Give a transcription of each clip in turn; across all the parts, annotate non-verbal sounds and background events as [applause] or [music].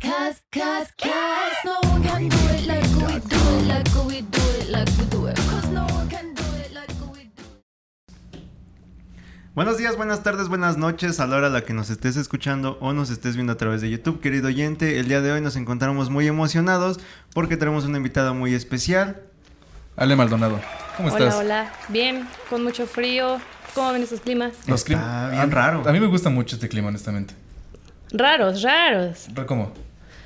cause, cause, cause no one can do it like we do it, like we do it, like we do it. Cause no one can do it like we do it. Buenos días, buenas tardes, buenas noches a la hora a la que nos estés escuchando o nos estés viendo a través de YouTube, querido oyente. El día de hoy nos encontramos muy emocionados porque tenemos una invitada muy especial. Ale Maldonado, ¿cómo estás? Hola, hola. Bien, con mucho frío. ¿Cómo ven estos climas? Los Está clim- bien a- raro. A mí me gusta mucho este clima, honestamente. Raros, raros. Pero ¿Cómo?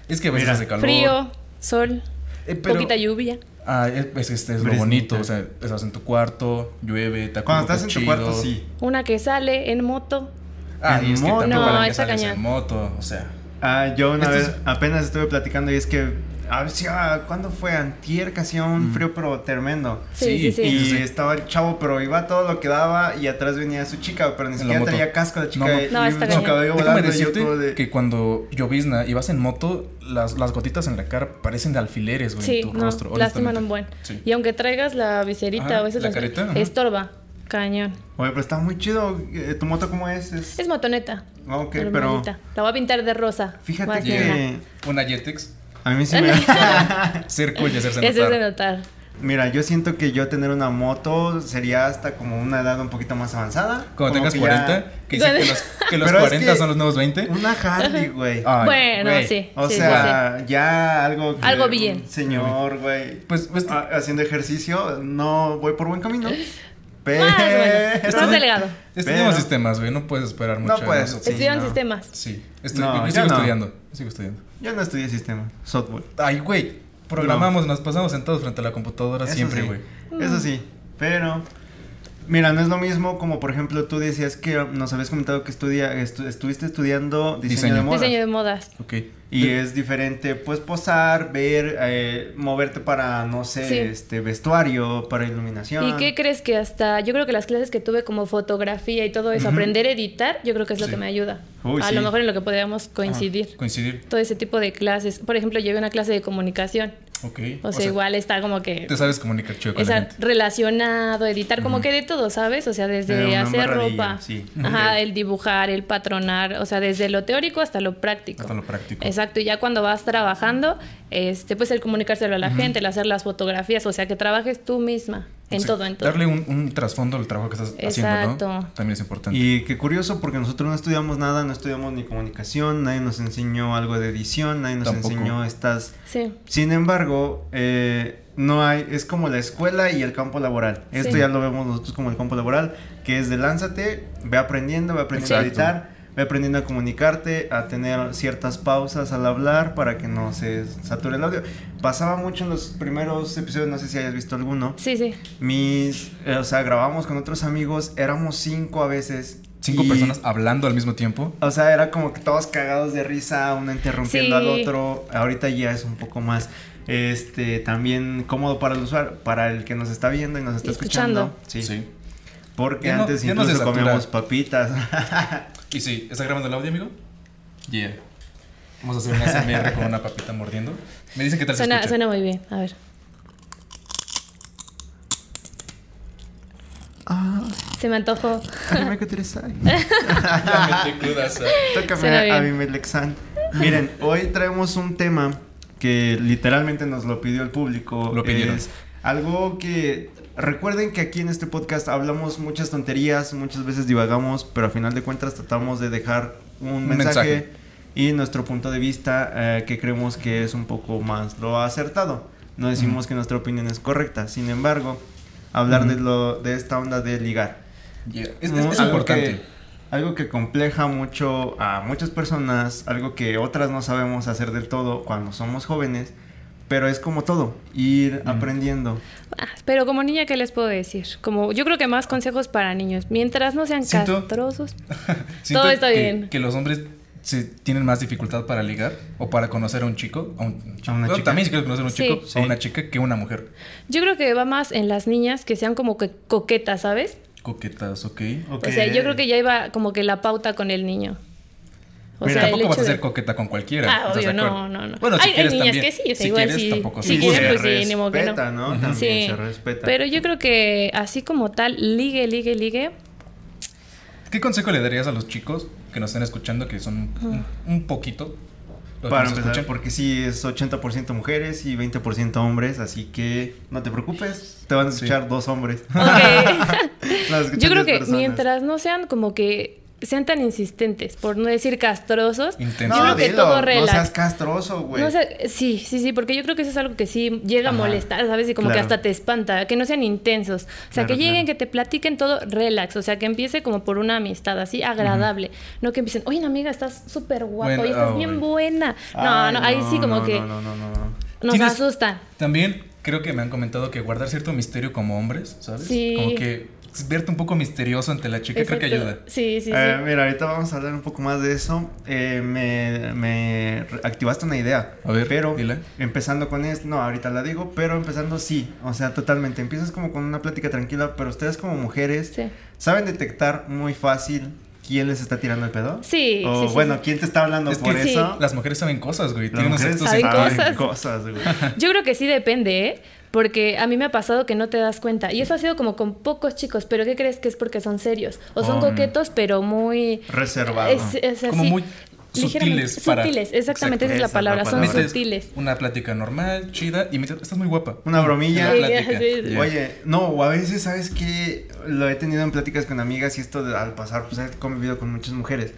Es que a veces Mira. hace calor. Frío, sol, eh, pero- poquita lluvia. Ah, es, es- es- es lo Brisnita. bonito, o sea, estás en tu cuarto, llueve, te Cuando estás acurrucas en tu chido. cuarto, sí. Una que sale en moto. Ah, y En es que moto. tampoco No, para que está sales cañón. en moto, o sea. Ah, yo una Esto vez es- apenas estuve platicando y es que, a ver si, ah, ¿cuándo fue? Antier, que hacía Mm. un frío pero tremendo. Sí, sí, sí. Y estaba el chavo, pero iba todo lo que daba y atrás venía su chica, pero ni En la siquiera moto. traía casco la chica No, y no, está su cañón. cabello Déjame volando y yo decirte como de- que cuando llovizna y vas en moto, las, las gotitas en la cara parecen de alfileres, güey, Sí, en tu no, rostro. lastiman honestamente. un buen. Sí. Y aunque traigas la viserita Ajá, o esas la las- careta, ajá. estorba. Cañón. Oye, pero está muy chido. Eh, ¿Tu moto cómo es? Es- Es motoneta. Ah, ok, pero normalita. La voy a pintar de rosa. Fíjate más que- negra. Eh. Una Jetex, a mí [laughs] sí me... [laughs] ser cool y hacerse Eso es de notar. notar. Mira, yo siento que yo tener una moto sería hasta como una edad un poquito más avanzada. Como Cuando tengas que 40, ya- que dicen que Cuando- los, que los Pero es 40 que- son los nuevos 20. Una Harley, güey. Ay, bueno, güey. sí. O sí, sí, sea, ya algo... que Algo un bien. Señor, güey. Pues, pues, Ah, Haciendo ejercicio, no voy por buen camino. sí. Pero... [laughs] Más bueno, más delgado. estudiamos pero- sistemas, Este güey, no puedes esperar No mucho. puedes. Sí, Estudian no. sistemas. Sí, estoy, No, yo yo sigo no. estudiando, yo sigo estudiando. Yo no estudié sistema, software. Ay, güey, programamos, nos pasamos sentados frente a la computadora Eso siempre, sí, güey. Eso sí, pero... Mira, no es lo mismo como, por ejemplo, tú decías que nos habías comentado que estudia, estu- estuviste estudiando diseño, Diseño. de moda. Diseño de modas. Ok. Y es diferente, pues, posar, ver, eh, moverte para, no sé, Sí. este, vestuario, para iluminación. ¿Y qué crees que hasta, yo creo que las clases que tuve como fotografía y todo eso, Ujú. aprender a editar, yo creo que es lo Sí. que me ayuda. Uy, a sí. lo mejor en lo que podríamos coincidir. Coincidir. Todo ese tipo de clases. Por ejemplo, llevé una clase de comunicación. Ok. O, sea, igual está como que... Te sabes comunicar chido con Esa- la gente. relacionado, editar, como que de todo, ¿sabes? O sea, Eh, desde una hacer embarradilla, ropa, sí. ajá, Ok. el dibujar, el patronar, o sea, desde lo teórico hasta lo práctico. Hasta lo práctico. Exacto, y ya cuando vas trabajando, este, pues el comunicárselo a la gente, el hacer las fotografías, o sea, que trabajes tú misma en Sí, todo, en todo. Darle un, un trasfondo al trabajo que estás haciendo, ¿no? Exacto. También es importante. Y qué curioso, porque nosotros no estudiamos nada, no estudiamos ni comunicación, nadie nos enseñó algo de edición, nadie nos Tampoco. enseñó estas... Sí, Sin embargo, eh, no hay, es como la escuela y el campo laboral. Esto Sí. ya lo vemos nosotros como el campo laboral, que es de lánzate, ve aprendiendo, ve aprendiendo a Exacto. editar, ve aprendiendo a comunicarte, a tener ciertas pausas al hablar para que no se sature el audio. Pasaba mucho en los primeros episodios, no sé si hayas visto alguno. sí, sí. Mis, eh, o sea, grabamos con otros amigos, éramos cinco a veces. Cinco y, personas hablando al mismo tiempo. O sea, era como que todos cagados de risa, uno interrumpiendo al Sí. otro. Ahorita ya es un poco más, este, también cómodo para el usuario, para el que nos está viendo y nos está Y escuchando. escuchando. Sí. Porque Ya no- antes ya no se incluso satura. comíamos [laughs] papitas. Y sí, ¿está grabando el audio, amigo? Yeah. Vamos a hacer una SMR con una papita mordiendo. Me dicen que tal se Suena, escucha. suena muy bien, a ver. Se me antojó. [laughs] Ya me te cudas, ah. Tócame Suena a bien. Abimelexan. Miren, hoy traemos un tema que literalmente nos lo pidió el público. Lo pidieron. Es algo que. Recuerden que aquí en este podcast hablamos muchas tonterías, muchas veces divagamos, pero a final de cuentas tratamos de dejar un, Un mensaje, mensaje. y nuestro punto de vista eh, que creemos que es un poco más lo acertado. No decimos que nuestra opinión es correcta, sin embargo, hablar de, lo, de esta onda de ligar. Yeah. Es, es- ¿no? es algo importante. Que, algo que compleja mucho a muchas personas, algo que otras no sabemos hacer del todo cuando somos jóvenes, pero es como todo, ir aprendiendo. Ah, Pero como niña, ¿qué les puedo decir? Como yo creo que más consejos para niños. Mientras no sean Siento- castrosos. Siento Todo está que, bien. Que los hombres se tienen más dificultad para ligar o para conocer a un chico, a, un, chico. una Yo chica. También si quiero conocer a un Sí. chico, Sí. a una chica que una mujer. Yo creo que va más en las niñas que sean como que coquetas, ¿sabes? Coquetas, ok. O sea, yo creo que ya iba como que la pauta con el niño. O Mira, sea, el tampoco vas a hecho de- ser coqueta con cualquiera. Ah, ¿estás de obvio, no, acuerdo? no, no. Bueno, si Hay- hay quieres niñas también. que sí, o sea, si igual quieres, sí. tampoco. Sí, sí. Y quieren, se pues, sí, ni modo que no. respeta, ¿no? También Sí. se respeta. Pero yo creo que así como tal, ligue, ligue, [laughs] ligue. ¿Qué consejo le darías a los chicos que nos están escuchando que son un, un poquito Los Para que nos empezar, escuchan. porque sí es 80% mujeres y 20% hombres, así que no te preocupes, te van a escuchar dos hombres. Ok. [laughs] Las escuchan Yo creo diez que personas. mientras no sean como que sean tan insistentes, por no decir castrosos, Intenso. yo No, creo que dilo, todo no relax. seas castroso, güey. No sé, sí, sí, sí, porque yo creo que eso es algo que sí llega a pues Ajá. molestar, ¿sabes? Y como que Claro. hasta te espanta, que no sean intensos. O sea, Claro, que lleguen, claro. que te platiquen todo relax. O sea, que empiece como por una amistad así agradable. No que empiecen, oye, amiga, estás súper guapa, Bueno, oye, estás ah, bien güey. buena. No, Ay, no, ahí sí como no, que No, no, no, no, no. nos ¿Tienes- asustan. También creo que me han comentado que guardar cierto misterio como hombres, ¿sabes? Sí. Como que verte un poco misterioso ante la chica creo que Exacto. ayuda. Sí, sí, sí. Eh, mira, ahorita vamos a hablar un poco más de eso. Eh, me, me re- activaste una idea. A ver, pero dila. empezando con esto, no, ahorita la digo, pero empezando sí, o sea, totalmente. Empiezas como con una plática tranquila, pero ustedes como mujeres Sí. saben detectar muy fácil quién les está tirando el pedo. Sí, O sí, sí, bueno, sí. quién te está hablando Es que por sí. eso. Las mujeres saben cosas, güey. Las Tienen unos mujeres sextos saben increíbles. cosas. cosas, güey. [laughs] Yo creo que sí depende, ¿eh? Porque a mí me ha pasado que no te das cuenta. Y eso ha sido como con pocos chicos, pero ¿qué crees que es porque son serios? O son Oh, mm. coquetos, pero muy... Reservado. Es- es Como así, muy ligeramente- sutiles para- Sutiles, exactamente, esa Exacto, es esa la es la palabra. Son palabra. Metes sutiles. Una plática normal, chida, y metes, estás muy guapa. Una bromilla. Una Sí, plática. sí, sí. Oye, no, o a veces, ¿sabes que Lo he tenido en pláticas con amigas y esto de- al pasar, pues he convivido con muchas mujeres,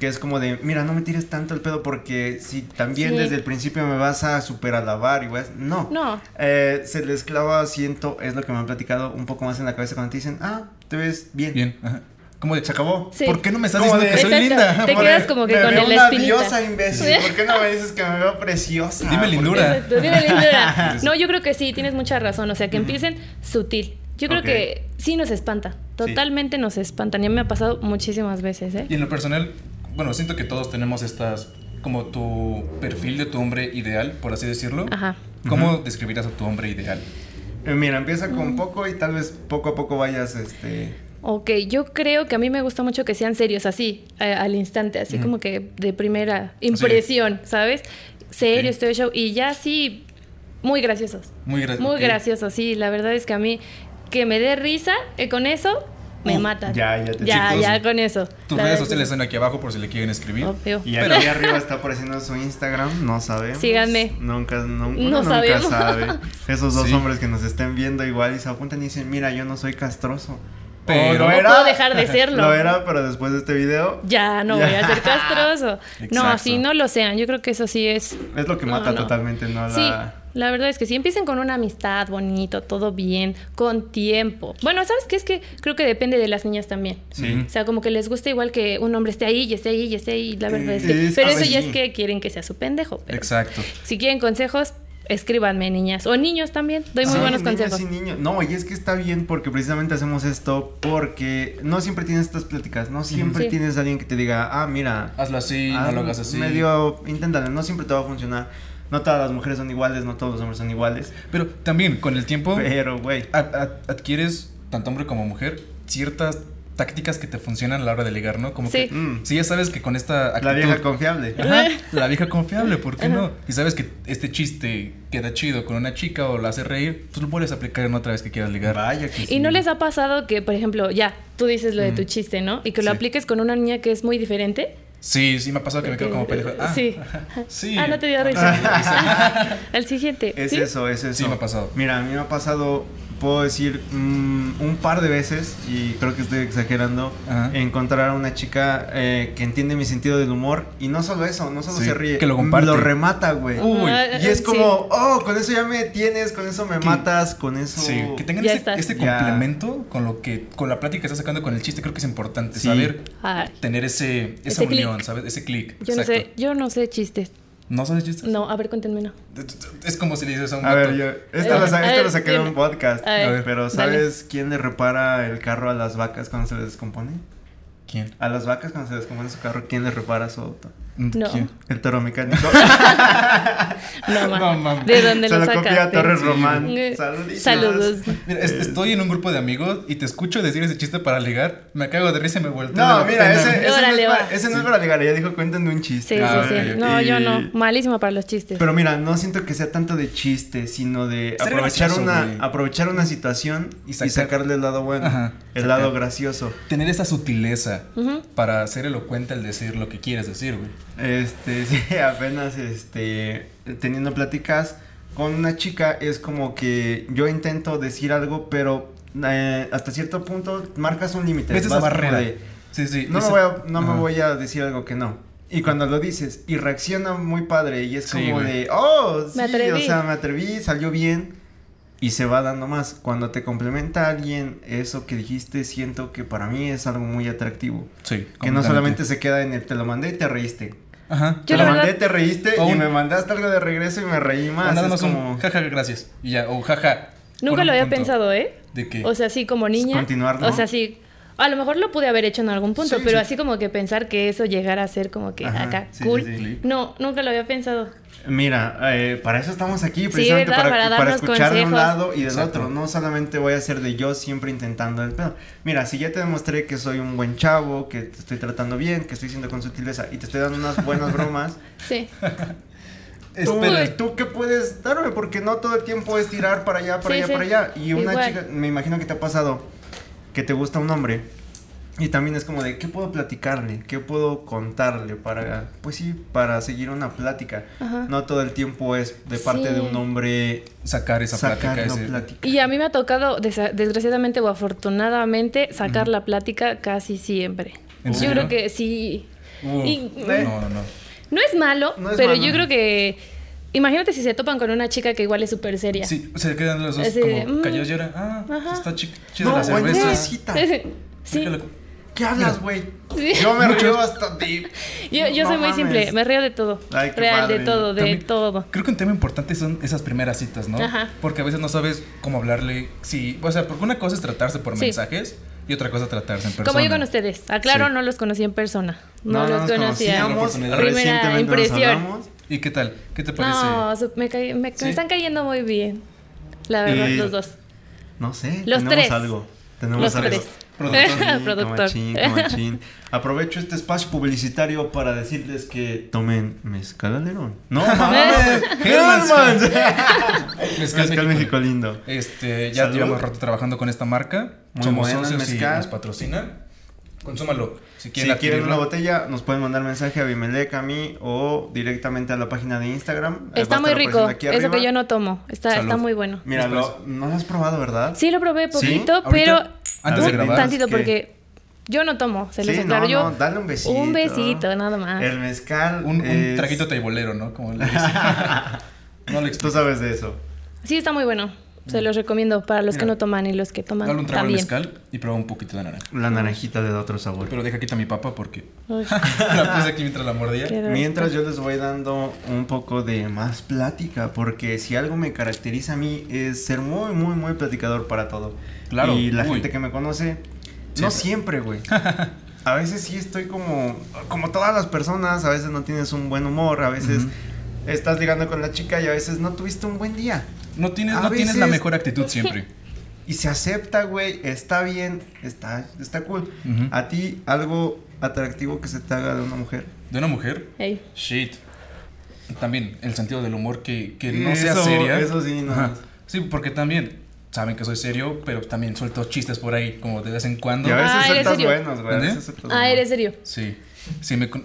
que es como de, mira, no me tires tanto el pedo porque si también Sí. desde el principio me vas a super alabar y vas, no. No. Eh, se les clava, siento, es lo que me han platicado un poco más en la cabeza cuando te dicen, ah, te ves bien. [laughs] Bien, ajá. Como de Se acabó. Sí. ¿Por qué no me estás Como diciendo que de- soy Exacto, linda? te [laughs] Por- quedas como que me con veo el una espinita. diosa, imbécil. Sí. ¿Por qué no me dices que me veo preciosa? Dime ¿Por qué lindura. Exacto, tiene lindura. No, yo creo que sí, tienes mucha razón. O sea, que empiecen sutil. Yo creo Ok. que sí nos espanta. Totalmente nos espantan. Y a mí me ha pasado muchísimas veces, ¿eh? Y en lo personal, bueno, siento que todos tenemos estas, como tu perfil de tu hombre ideal, por así decirlo. Ajá. ¿Cómo describirías a tu hombre ideal? Eh, Mira, empieza Mm. con poco y tal vez poco a poco vayas, este... Ok, yo creo que a mí me gusta mucho que sean serios así, a- al instante, así como que de primera impresión, ¿sabes? Serios, Ok. todo el show. Y ya sí, muy graciosos. Muy gracioso. Muy graciosos, sí. La verdad es que a mí, que me dé risa eh, con eso, me Uf, mata. ya, ya te- Ya, Chicos, ya con eso. Tus La redes verdad es que sociales están aquí abajo por si le quieren escribir. Obvio. Y Pero- aquí arriba está apareciendo su Instagram, no sabemos. Síganme. Nunca, nu- uno No nunca sabemos. sabe. Esos dos Sí. hombres que nos estén viendo igual y se apuntan y dicen, mira, yo no soy castroso. Pero- O lo No era. puedo dejar de serlo. lo era, pero después de este video Ya no voy [laughs] a ser castroso. No, Exacto. si no lo sean, yo creo que eso sí es es lo que No, mata no. totalmente, ¿no? Sí, La... la verdad es que sí, empiecen con una amistad bonito, todo bien, con tiempo. Bueno, ¿sabes qué? Es que creo que depende de las niñas también. Sí. O sea, como que les gusta igual que un hombre esté ahí y esté ahí y esté ahí. La verdad es que. Es Pero que eso ya sí. es que quieren que sea su pendejo. pero Exacto. Si quieren consejos, escríbanme, niñas. O niños también. Doy muy Sí, buenos niñas consejos. y niños. No, y es que está bien porque precisamente hacemos esto porque no siempre tienes estas pláticas, no siempre Sí. tienes alguien que te diga, ah, mira, Hazlo así, Ah, no lo hagas así. Medio, inténtalo, no siempre te va a funcionar. No todas las mujeres son iguales, no todos los hombres son iguales. Pero también, con el tiempo, Pero, güey. a- a- adquieres, tanto hombre como mujer, ciertas tácticas que te funcionan a la hora de ligar, ¿no? Como Sí. que mm, si ya sabes que con esta actitud... la vieja confiable. Ajá, Eh. la vieja confiable, ¿por qué no? Y sabes que este chiste queda chido con una chica o la hace reír, tú lo puedes aplicar en otra vez que quieras ligar. Vaya que sí. Mm. Y no les ha pasado que, por ejemplo, ya, tú dices lo de tu chiste, ¿no? Y que lo Sí. apliques con una niña que es muy diferente. Eh, Sí, sí me ha pasado que me quedo como pendejo. Ah, [laughs] Sí. sí. Ah, Ah, no te dio risa. Al siguiente. Es ¿sí? eso, es eso. Sí, me ha pasado. Mira, a mí me ha pasado, puedo decir, mm, un par de veces, y creo que estoy exagerando, Ajá. encontrar a una chica eh, que entiende mi sentido del humor. Y no solo eso, no solo Sí, se ríe. que lo comparte. Lo remata, güey. Uy, Ah, y es sí. como, oh, con eso ya me tienes, con eso me matas, con [laughs] eso. Sí, que tengan Ya ese, estás. ese Ya. complemento con lo que con la plática que estás sacando con el chiste, creo que es importante Sí. saber Ay. tener ese esa Ese unión, click. ¿sabes? Ese click. Yo no exacto. sé, Mm. yo no sé chistes. ¿No sabes chistes? No, a ver, cuéntenme no. Es como si le dices a un A vato, ver, yo, esta Eh, lo, sa- a esta ver, lo saqué de dime. un podcast. A ver, A ver, pero dale. ¿sabes quién le repara el carro a las vacas cuando se les descompone? ¿Quién? A las vacas cuando se descompone su carro, ¿quién le repara su auto? No. ¿Quién? El toro mecánico. No, ma. No, mames. ¿De [laughs] dónde se lo lo copia a sacaste? Torres Román. Eh, Saluditos. Saludos. Mira, es- estoy en un grupo de amigos y te escucho decir ese chiste para ligar, me cago de risa y me volteo. de No, la mira, pena. ese, ese no, Órale, es para, va. ese no es para ligar. Ella dijo, cuéntame un chiste. Sí, Ah, sí, sí. ok, ok. No, yo no. Y- Malísima para los chistes. Pero mira, no siento que sea tanto de chiste, sino de Ser aprovechar gracioso, una, güey. aprovechar una situación y, Y sacar- sacarle el lado bueno. Ajá. el lado gracioso. Tener esa sutileza Ujú. para ser elocuente al decir lo que quieres decir, güey. Este, [laughs] sí, apenas este, teniendo pláticas con una chica, es como que yo intento decir algo, pero eh, hasta cierto punto marcas un límite. ¿Ves esa vas como barrera? de, Sí, sí. no me esa- voy a, no me Ajá. voy a decir algo que no. Y cuando lo dices y reacciona muy padre y es Sí, como güey. de, oh, sí, Me o atreví. sea, me atreví, salió bien y se va dando más. Cuando te complementa a alguien eso que dijiste, siento que para mí es algo muy atractivo. Sí. Que no completamente. solamente se queda en el te lo mandé y te reíste. Ajá. Yo te lo la mandé, verdad- te reíste O y un- me mandaste algo de regreso y me reí O más. nada es más como un jaja, gracias. Y ya, o jaja. con Nunca un lo había punto. pensado, ¿eh? ¿De qué? O sea, sí, como niña. Continuar, ¿no? O sea, sí. A lo mejor lo pude haber hecho en algún punto, Sí, pero sí. así como que pensar que eso llegara a ser como que Ajá, acá, sí, sí, cool. sí. No, nunca lo había pensado. Mira, eh, para eso estamos aquí, Sí, precisamente ¿verdad? para, Para para darnos escuchar de un consejos. lado y del Exacto. otro. No solamente voy a ser de yo siempre intentando el pedo. Mira, si ya te demostré que soy un buen chavo, que te estoy tratando bien, que estoy siendo con sutileza y te estoy dando unas buenas bromas, [laughs] Sí. tú, Espera. ¿tú qué puedes darme? Porque no todo el tiempo es tirar para allá, para Sí, allá, sí. para allá. Y una Igual. chica, me imagino que te ha pasado que te gusta un hombre. Y también es como de, ¿qué puedo platicarle? ¿Qué puedo contarle para, pues sí, para seguir una plática? Ajá. No todo el tiempo es de parte Sí. de un hombre Sacar esa sacar plática. la ese- plática. Y a mí me ha tocado, desa- desgraciadamente o afortunadamente, sacar la plática casi siempre. ¿En Yo serio? creo que sí. Uh, Y- eh, no, no, no. No es malo, No es pero malo. yo creo que. Imagínate si se topan con una chica que igual es súper seria. Sí, se quedan los dos Así de, como mm, callados y ahora, ah, pues ajá. está chi- chida No, la güey, cerveza. necesita. [laughs] Sí. Déjala- ¿Qué hablas, güey? Sí. Yo me río hasta de... Yo, yo No soy muy mames. simple, me río de todo. Ay, qué Real, padre. de todo, de También- todo. Creo que un tema importante son esas primeras citas, ¿no? Ajá. Porque a veces no sabes cómo hablarle. Si, o sea, porque una cosa es tratarse por Sí. mensajes y otra cosa es tratarse en persona. Como yo con ustedes. Aclaro, Sí. no los conocí en persona. No, No, no los nos conocía. conocíamos, Primera recientemente nos impresión. hablamos. ¿Y qué tal? ¿Qué te parece? No, su- me, caí- me- me Sí. están cayendo muy bien. La verdad, Eh, los dos. No sé, Los tenemos tres. algo. Tenemos Los algo. tres. [laughs] Productor. [laughs] Productor. Comachín, comachín. Aprovecho este espacio publicitario para decirles que tomen mezcal alerón. [laughs] No mames, Hellmann's. Hellmann's. Mezcal [laughs] Mezcal México México. lindo. Este, ya Salud. llevamos rato trabajando con esta marca. Muy Somos buena el socios y mezcal. nos patrocinan. Consúmalo. Si Si quieren, quieren adquirirlo. una botella, nos pueden mandar mensaje a Bimelec, a mí o directamente a la página de Instagram. Eh, va a Está estar muy rico. apareciendo aquí Eso arriba. que yo no tomo. Está, Salud. está muy bueno. Mira, Después. lo- no lo has probado, ¿verdad? Sí, lo probé poquito, ¿Ahorita? pero Antes de un grabar. tantito ¿Qué? porque yo no tomo, se les Sí, aclaro. no, yo, no, dale un besito. Un besito, nada más. El mezcal. Un, un es- traguito [laughs] teibolero, ¿no? Como le dicen. no le Tú explico. sabes de eso. Sí, está muy bueno. Se los recomiendo para los que Mira. no toman y los que toman Dale un trago al también. mezcal y prueba un poquito de naranja. La naranjita le da otro sabor. Pero deja quita mi papa porque [laughs] Uy, la puse aquí mientras la mordía. qué rico. Mientras yo les voy dando un poco de más plática, porque si algo me caracteriza a mí es ser muy, muy, muy platicador para todo. Claro, Y la uy. gente que me conoce, no siempre, Siempre. [laughs] güey. A veces sí estoy como, como todas las personas, a veces no tienes un buen humor, a veces Ujú. estás ligando con la chica y a veces no tuviste un buen día. No tienes, A no tienes la veces- mejor actitud siempre. Y se acepta, güey, está bien, está, está cool. Ujú. A ti, algo atractivo que se te haga de una mujer. De una mujer. Ey. Shit. También el sentido del humor que, que no sea Eso- seria. eso sí, no. Ajá. Sí, porque también saben que soy serio, pero también suelto chistes por ahí, como de vez en cuando. Y a veces Ah, ¿eres sueltas serio? buenos, güey. a ¿Dónde? veces sueltas Ah, buenos. ¿eres serio? Sí. Sí, me con-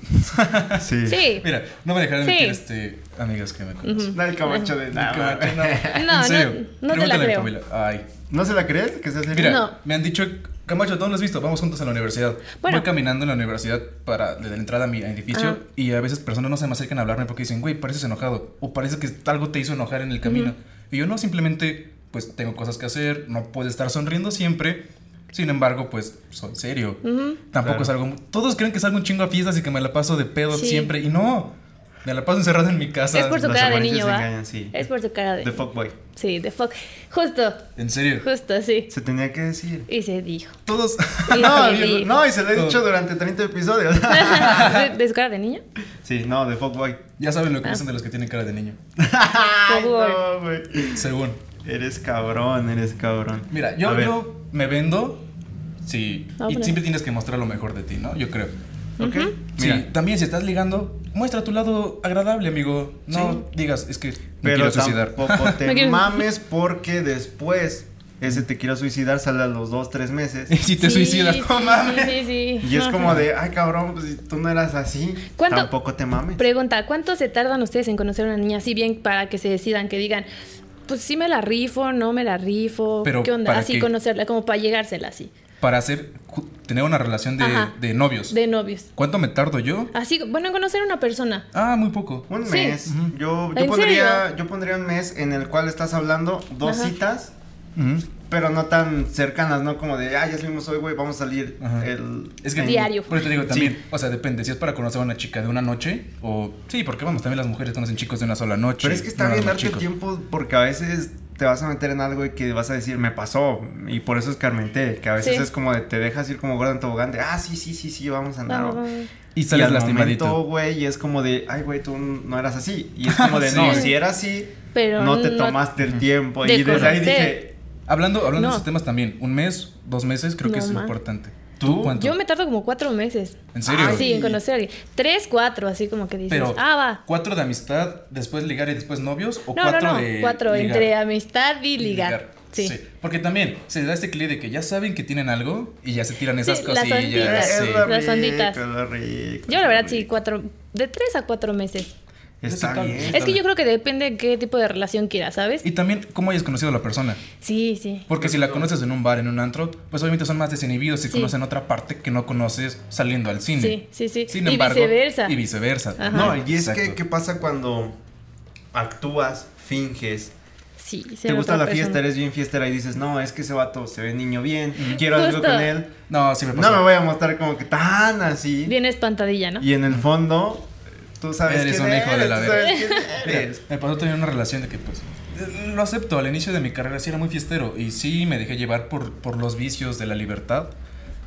Sí. Sí. Mira, no me dejarán Sí. mentir, este, amigas que me conocen. Da el camacho de nada. Que macho, no. no, en serio. no te la Pregúntale a mi creo. familia. Ay. [laughs] ¿No se la crees? Que sea serio. Mira, No. me han dicho, Camacho, ¿dónde lo has visto? Vamos juntos a la universidad. Bueno. Voy caminando en la universidad para de la entrada a mi edificio Ajá. y a veces personas no se me acercan a hablarme porque dicen, güey, pareces enojado o parece que algo te hizo enojar en el camino. Y yo no, simplemente, pues tengo cosas que hacer, no puedo estar sonriendo siempre. Sin embargo, pues soy serio. Tampoco Claro. es algo... Todos creen que salgo un chingo a fiestas y que me la paso de pedo Sí. siempre. Y no, me la paso encerrado en mi casa. Es por su las cara de apariencias niño, ¿va? engañan, sí. Es por su cara de. De fuckboy. Sí, de fuck. Justo, En serio. justo, sí. Se tenía que decir. Y se dijo. Todos... [laughs] Y [laughs] No, se amigo, dijo. no, y se lo he Todo. dicho durante [laughs] 30 episodios. ¿De, de su cara de niño? sí, no, de fuckboy. ya saben Ah. lo que dicen de los que tienen cara de niño. Ay, Fuckboy. no, güey. Según. Eres cabrón, eres cabrón. Mira, A yo, ver, yo me vendo sí, Ah, y bueno. siempre tienes que mostrar lo mejor de ti, ¿no? Yo creo. ¿Ok? Sí, Mira, también si estás ligando, muestra tu lado agradable, amigo. No Sí. digas, es que me pero [laughs] quiero suicidar. tampoco Me te quiero- mames porque después ese te quiero suicidar sale a los dos, tres meses. [laughs] [laughs] Y si te Sí, suicidas, sí, [laughs] no sí, mames. sí, sí. Y es No, como no. de, ay cabrón, pues, si tú no eras así, ¿Cuánto- tampoco te mames. Pregunta, ¿cuánto se tardan ustedes en conocer a una niña así bien para que se decidan, que digan, pues sí me la rifo, no me la rifo, Pero, qué onda? ¿para Así qué? conocerla, como para llegársela así, Para hacer, ju- tener una relación de, Ajá. de novios. de novios. ¿Cuánto me tardo yo? Así, bueno, en conocer a una persona. Ah, muy poco. Un Sí. mes. Ujú. Yo, yo ¿En pondría, serio? yo pondría un mes en el cual estás hablando dos Ajá. citas, Ujú. pero no tan cercanas, ¿no? Como de, ah, ya salimos hoy, güey, vamos a salir Ajá. el... Es que en- Diario. Por eso te digo también, Sí. o sea, depende. Si es para conocer a una chica de una noche o. Sí, porque vamos, también las mujeres conocen chicos de una sola noche. Pero es que está no nada bien más darte chicos. tiempo porque a veces te vas a meter en algo y que vas a decir, me pasó, y por eso escarmenté, que a veces Sí. es como de, te dejas ir como gorda en tobogán, de, ah, sí, sí, sí, sí, vamos a andar. Ah, o- Y sales al lastimadito. momento, güey, y es como de, ay, güey, tú no eras así. Y es como de, [laughs] Sí. no, si era así, Pero no te no- tomaste el tiempo. de y desde ahí conocer. dije, Hablando, hablando No. de esos temas también, un mes, dos meses, creo que No, es ma. importante. ¿Tú cuánto? Yo me tardo como cuatro meses. ¿En serio? Ah, sí, en conocer a alguien. Tres, cuatro, así como que dices, Pero, ah, va. ¿cuatro de amistad, después ligar y después novios? ¿O No, no, cuatro no. de. Cuatro, ligar? entre amistad y Y ligar. Sí. Porque también se da este clic de que ya saben que tienen algo y ya se tiran esas Sí, las cosillas. onditas. es sí. lo Las rico, onditas. es lo rico, Yo la verdad es lo sí, rico. cuatro, de tres a cuatro meses. Está Aceptable. bien. Es que yo creo que depende qué tipo de relación quieras, ¿sabes? Y también, ¿cómo hayas conocido a la persona? Sí, sí. Porque si la conoces en un bar, en un antro, pues obviamente son más desinhibidos si Sí. conocen otra parte que no conoces saliendo al cine. Sí, sí, sí. Sin Y embargo, viceversa. Y viceversa. Ajá. No, y es Exacto. que, ¿qué pasa cuando actúas, finges? Sí, Te gusta la fiesta, eres bien fiestera y dices, no, es que ese vato se ve niño bien, quiero algo Justo. con él. No, sí me No pasa. me voy a mostrar como que tan así. Bien espantadilla, ¿no? Y en el fondo, tú sabes Eres quién un hijo de la tú verga. sabes quién Mira, eres. me pasó también una relación de que, pues, lo acepto. Al inicio de mi carrera sí era muy fiestero y sí me dejé llevar por, por los vicios de la libertad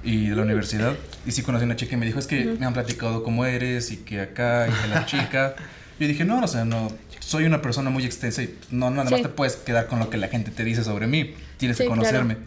y de la universidad. Y sí conocí a una chica y me dijo, es que me han platicado cómo eres y que acá y [laughs] que la chica. Yo dije, no, o sea, no, soy una persona muy extensa y pues, no, nada más Sí. te puedes quedar con lo que la gente te dice sobre mí. Tienes Sí, que claro. conocerme.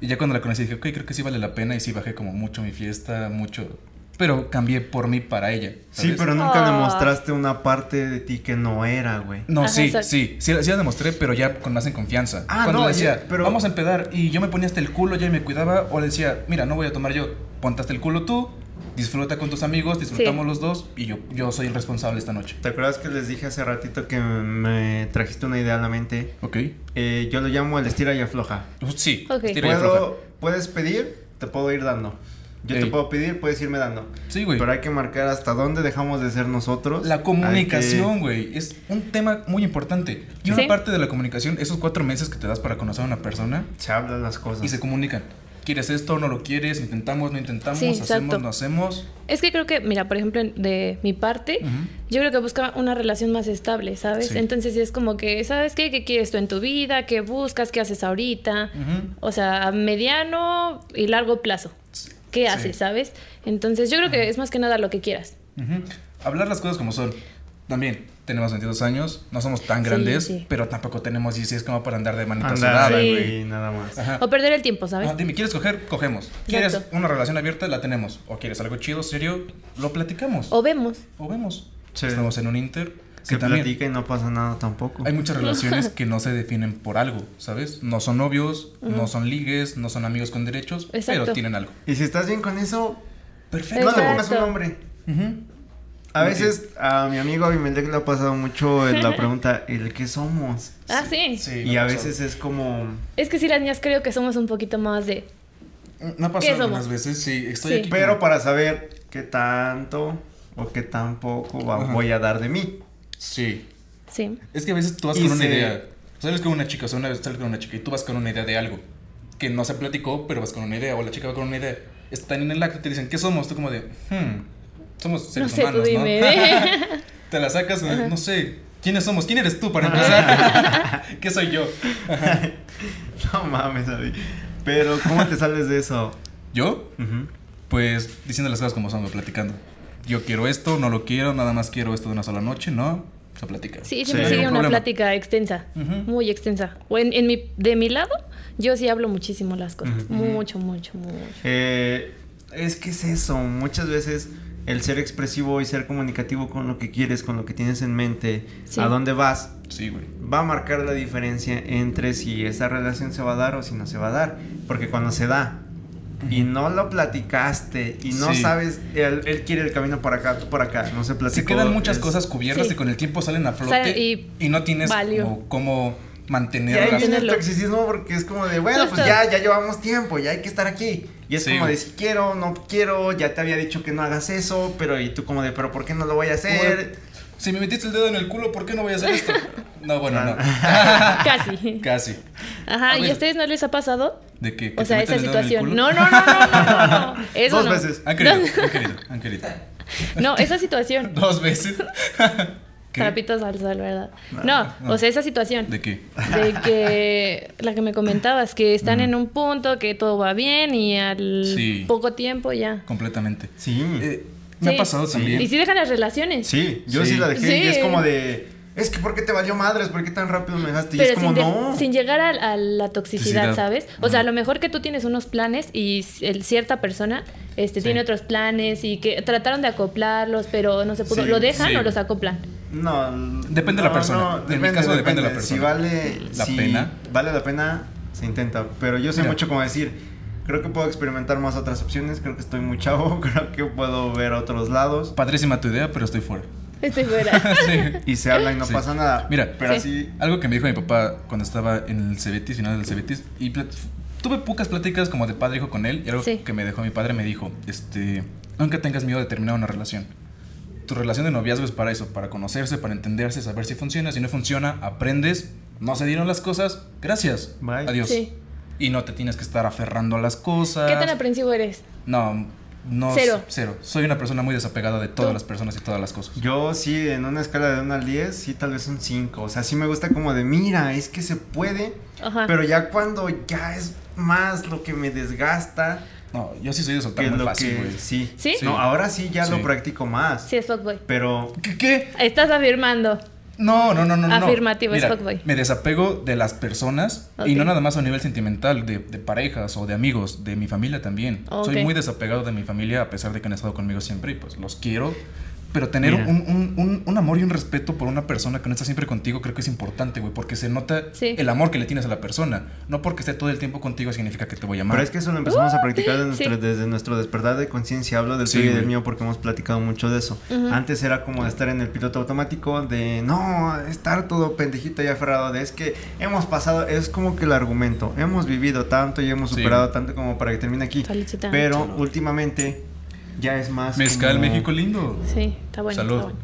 Y ya cuando la conocí dije, ok, creo que sí vale la pena y sí bajé como mucho mi fiesta, mucho. Pero cambié por mí para ella. Sí, ¿sabes? pero nunca Ah. le mostraste una parte de ti que no era, güey. No, Ajá, sí, exacto. sí, sí, la- sí la demostré, pero ya con más en confianza. Ah, Cuando no, le decía, ya, pero- vamos a empedar, y yo me ponía hasta el culo, ya y me cuidaba, o le decía, mira, no voy a tomar yo, ponte hasta el culo tú, disfruta con tus amigos, disfrutamos Sí. los dos, y yo, yo soy el responsable esta noche. ¿Te acuerdas que les dije hace ratito que me trajiste una idea a la mente? Ok. Eh, yo lo llamo el estira y afloja. Uh, Sí, Ok. estira y afloja. Puedo, puedes pedir, te puedo ir dando. Yo te Ey. puedo pedir, puedes irme dando. Sí, güey. Pero hay que marcar hasta dónde dejamos de ser nosotros. La Hay comunicación, güey, es un tema muy importante. Y una Sí. parte de la comunicación, esos cuatro meses que te das para conocer a una persona, que Se hablan las cosas. y se comunican. ¿Quieres esto? ¿No lo quieres? ¿Intentamos? ¿No intentamos? Sí, exacto. ¿Hacemos? ¿No hacemos? Es que creo que, mira, por ejemplo, en- de mi parte, yo creo que buscaba una relación más estable, ¿sabes? Sí. Entonces es como que, ¿sabes qué? ¿Qué quieres tú en tu vida? ¿Qué buscas? ¿Qué haces ahorita? Ujú. O sea, a mediano y largo plazo. ¿Qué Sí. haces, sabes? Entonces yo creo que es más que nada lo que quieras. Ujú. Hablar las cosas como son. También tenemos 22 años, no somos tan grandes, sí. pero tampoco tenemos 16 como para andar de manita Andar, sudada, Sí. güey. güey, nada más. Ajá. O perder el tiempo, ¿sabes? Ah, dime, ¿quieres coger? Cogemos. ¿Quieres Exacto. una relación abierta? La tenemos. ¿O quieres algo chido, serio? Lo platicamos. O vemos. O vemos. Sí. Estamos en un inter. Se que también platica y no pasa nada tampoco. [laughs] Hay muchas relaciones que no se definen por algo, ¿sabes? No son novios, no son ligues, no son amigos con derechos, pero Exacto. tienen algo. Y si estás bien con eso, Perfecto. no le Exacto. pongas un nombre. Ujú. A veces a mi amigo Abimelec le ha pasado mucho el- la pregunta, ¿el qué somos? Ah, sí. Sí, me Y ha a pasado. veces es como... Es que sí, las niñas creo que somos un poquito más de... Me ha ¿Qué pasado somos? algunas veces, sí. Estoy Sí. aquí. Pero como- para saber qué tanto o qué tan poco va- Ajá. voy a dar de mí. Sí. Sí. Es que a veces tú vas Y con una se- idea. Sales con una chica, o sea, una vez sales con una chica y tú vas con una idea de algo que no se platicó, pero vas con una idea, o la chica va con una idea. Están en el acto y te dicen, ¿qué somos? Tú, como de, hmm, somos No seres sé, tú humanos, ¿no? dime. [laughs] te la sacas, eh, no sé, ¿quiénes somos? ¿Quién eres tú para empezar? [laughs] ¿Qué soy yo? No mames, Abby. Pero ¿cómo te sales de eso? ¿Yo? Ujú. Pues diciendo las cosas como son, güey, platicando. Yo quiero esto, no lo quiero, nada más quiero esto de una sola noche, ¿no? Se platica. Sí, Sí. siempre Sin sigue una problema. plática extensa, Ujú. muy extensa. O en, en mi, de mi lado, yo sí hablo muchísimo las cosas. Ujú. [laughs] Mucho, mucho, mucho. Eh, es que es eso, muchas veces el ser expresivo y ser comunicativo con lo que quieres, con lo que tienes en mente, Sí. a dónde vas, Sí, güey. va a marcar la diferencia entre si esa relación se va a dar o si no se va a dar. Porque cuando se da y no lo platicaste y no Sí. sabes, él, él quiere el camino para acá, tú para acá, no se platicó. Se quedan muchas es- cosas cubiertas Sí. y con el tiempo salen a flote Sale- y y, no tienes valió. como cómo Y ahí mantenerlas. viene el Tenerlo. toxicismo porque es como de, bueno, pues Justo. ya, ya llevamos tiempo, ya hay que estar aquí. Y es Sí, como de, güey. si quiero, no quiero, ya te había dicho que no hagas eso, pero y tú como de, pero ¿por qué no lo voy a hacer? Si me metiste el dedo en el culo, ¿por qué no voy a hacer esto? No, bueno, [laughs] no. Casi. Casi. Ajá, A ¿y ver. a ustedes no les ha pasado? ¿De qué? ¿Que O te sea, esa metan el dedo en el situación. culo? No, no, no, no, no, no, [laughs] no. Eso Dos no. veces. Han querido, han querido, han querido. No, esa situación. Dos [laughs] veces. [laughs] ¿Qué? Trapitos al sol, ¿verdad? No, no. o sea, esa situación. ¿De qué? de [laughs] que la que me comentabas, que están en un punto, que todo va bien y al Sí. poco tiempo ya. Completamente. Sí. Eh, me Sí. ha pasado también. Y si dejan las relaciones. Sí, yo sí, Sí. la dejé y es Sí. como de, es que ¿por qué te valió madres? ¿Por qué tan rápido me dejaste? y es Pero como, sin, de- no. sin llegar a, a la toxicidad, Toxicidad. ¿sabes? O sea, a lo mejor que tú tienes unos planes y c- el- cierta persona este, tiene otros planes y que trataron de acoplarlos, pero no se pudo. Sí, ¿Lo dejan sí. o los acoplan? No. Depende de la persona. En mi caso depende de la Si persona. vale La si pena. Vale la pena, se intenta. Pero yo sé Mira. mucho como decir, creo que puedo experimentar más otras opciones, creo que estoy muy chavo, [laughs] creo que puedo ver otros lados. Padrísima tu idea, pero estoy fuera. [laughs] Estoy fuera. Sí. Y se habla y no Sí. pasa nada. Mira. pero Sí. sí. Algo que me dijo mi papá cuando estaba en el Cebetis, final del Cebetis, y plat- tuve pocas pláticas como de padre hijo con él, y algo Sí. que me dejó mi padre me dijo, este, nunca tengas miedo de terminar una relación. Tu relación de noviazgo es para eso, para conocerse, para entenderse, saber si funciona, si no funciona, aprendes, no se dieron las cosas, gracias, Bye. adiós. Sí. Y no te tienes que estar aferrando a las cosas. ¿Qué tan aprensivo eres? no, no, Cero. cero. Soy una persona muy desapegada de todas Tú. las personas y todas las cosas. Yo sí, en una escala de 1 al 10, sí, tal vez un 5. O sea, sí me gusta como de, mira, es que se puede. Ajá. Pero ya cuando ya es más lo que me desgasta No, yo sí soy de soltar que muy lo fácil, que... güey. Sí. ¿Sí? No, ahora sí ya lo Sí. practico más. Sí, es fuckboy. Pero ¿Qué- ¿Qué? Estás afirmando. No, no, no, no. no. Afirmativo, es Mira, fuckboy. Me desapego de las personas Ok. y no nada más a nivel sentimental, de, de parejas o de amigos, de mi familia también. Ok. Soy muy desapegado de mi familia a pesar de que han estado conmigo siempre y pues los quiero. Pero tener Mira. un, un- un- un amor y un respeto por una persona que no está siempre contigo creo que es importante, güey, porque se nota Sí. el amor que le tienes a la persona. No porque esté todo el tiempo contigo significa que te voy a amar. Pero es que eso lo empezamos a practicar Ah, de sí. nuestro- desde nuestro despertar de conciencia. Hablo del Sí, tuyo y del güey. mío porque hemos platicado mucho de eso. Antes era como de estar en el piloto automático, de no, estar todo pendejito y aferrado, de es que hemos pasado, es como que el argumento, hemos vivido tanto y hemos Sí, superado güey. tanto como para que termine aquí. Felicitamos. Pero últimamente ya es más... Mezcal como- México lindo. Sí, está bueno. Salud. está bueno.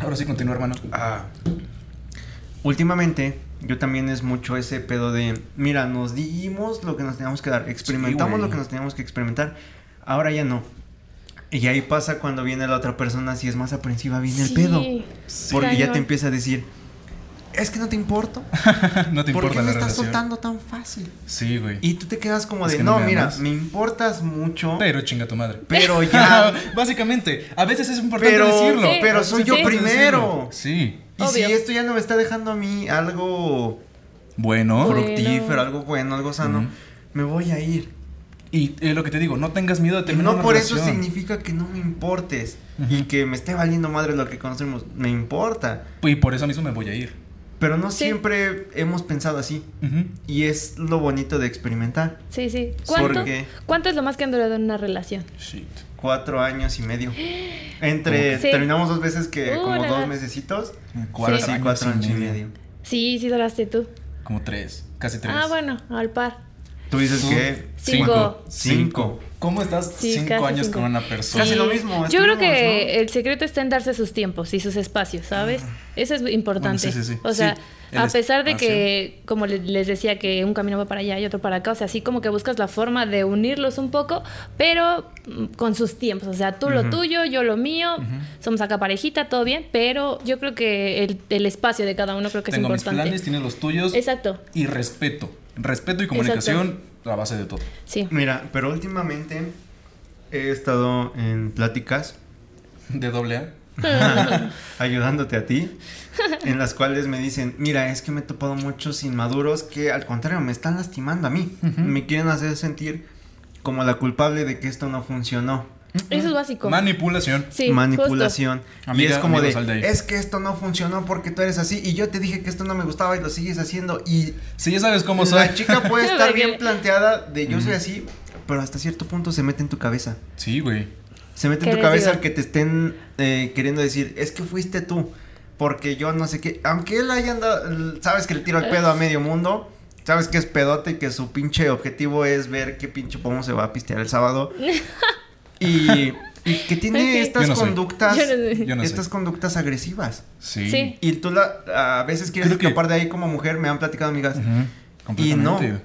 Ahora sí continúa, hermano. Ah. Últimamente, yo también es mucho ese pedo de, mira, nos dimos lo que nos teníamos que dar, experimentamos güey. lo que nos teníamos que experimentar, ahora ya no. Y ahí pasa cuando viene la otra persona, si es más aprensiva, viene el Sí, pedo. sí. Porque ya Cañón. te empieza a decir, es que no te importo, [laughs] no te ¿por importa qué la me estás relación. soltando tan fácil? Sí, güey. Y tú te quedas como Es de, que no, no me mira, amas". me importas mucho, pero, Pero chinga tu madre. [laughs] ya... Básicamente, a veces es importante Pero- decirlo. Sí, pero soy Es yo importante primero. decirlo. Sí. Y si Obvio. esto ya no me está dejando a mí algo Bueno. Bueno. fructífero, algo bueno, algo sano, Ujú. me voy a ir. Y eh, lo que te digo, no tengas miedo de Y terminar no una por eso relación. significa que no me importes y que me esté valiendo madre lo que conocemos. Me importa. Y por eso mismo me voy a ir. Pero no Sí. siempre hemos pensado así. Ujú. Y es lo bonito de experimentar. Sí, sí. ¿Por ¿Cuánto, qué? ¿Cuánto es lo más que han durado en una relación? Shit. Cuatro años [gasps] y medio. Entre Sí. terminamos dos veces que Uh, como la dos la. mesecitos. Cuatro Ahora sí, años cuatro y años y medio. medio. Sí, sí duraste tú. Como tres, casi tres. Ah, bueno, al par. Tú dices Tú- que Cinco. Cinco. ¿Cómo estás Sí, cinco casi años cinco. con una persona? Casi lo mismo, Yo creo estuvimos, que ¿no? el secreto está en darse sus tiempos y sus espacios, ¿sabes? Eso es importante. Mm. Bueno, sí, sí, sí. O sea, Sí, el a es- pesar de ah, que, como le- les decía, que un camino va para allá y otro para acá, o sea, así como que buscas la forma de unirlos un poco, pero mm, con sus tiempos. O sea, tú lo tuyo, yo lo mío, somos acá parejita, todo bien, pero yo creo que el, el espacio de cada uno creo que Tengo es mis importante. planes, tienes los tuyos. Exacto, Y respeto. Respeto y comunicación, la base de todo. sí. Mira, pero últimamente he estado en pláticas De doble A. [laughs] ayudándote a ti, en las cuales me dicen, mira, es que me he topado muchos inmaduros que al contrario me están lastimando a mí, me quieren hacer sentir como la culpable de que esto no funcionó. Eso es básico. Manipulación. Sí, manipulación. Amiga, y es como amigo, de, sal de ahí. es que esto no funcionó porque tú eres así y yo te dije que esto no me gustaba y lo sigues haciendo y Si ya sabes cómo soy. la chica puede estar Porque- bien planteada de yo soy así, pero hasta cierto punto se mete en tu cabeza. Sí, güey. Se mete ¿Qué en tu les cabeza digo? que te estén eh, queriendo decir, es que fuiste tú, porque yo no sé qué, aunque él haya andado, sabes que le tiro el pedo a medio mundo, sabes que es pedote y que su pinche objetivo es ver qué pinche pomo se va a pistear [laughs] el sábado. y, y que tiene Ok. estas Yo no soy. conductas, Yo no soy. Yo no sé. estas conductas agresivas. Sí. Sí. Y tú la, a veces quieres Creo que- escapar de ahí como mujer, me han platicado amigas. Ujú, Y no. completamente.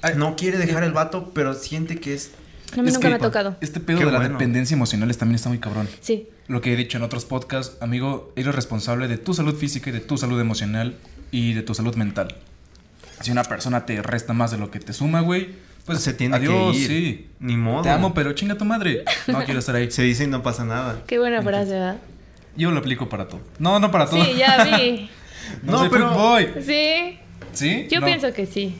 Ay, No quiere dejar el vato, pero siente que es A mí es nunca que me ha tocado. Este pedo Qué de la bueno. dependencia emocional es- también está muy cabrón. Sí. Lo que he dicho en otros podcasts, amigo, eres responsable de tu salud física y de tu salud emocional y de tu salud mental. Si una persona te resta más de lo que te suma, güey, pues se tiene adiós, que ir. sí. Ni modo. Te amo, pero chinga tu madre. No quiero [laughs] estar ahí. Se dice y no pasa nada. Qué buena frase, ¿verdad? Yo lo aplico para todo. No, no para todo. Sí, [laughs] ya vi. No, No, soy pero- fuckboy. Sí. ¿Sí? Yo No. pienso que sí.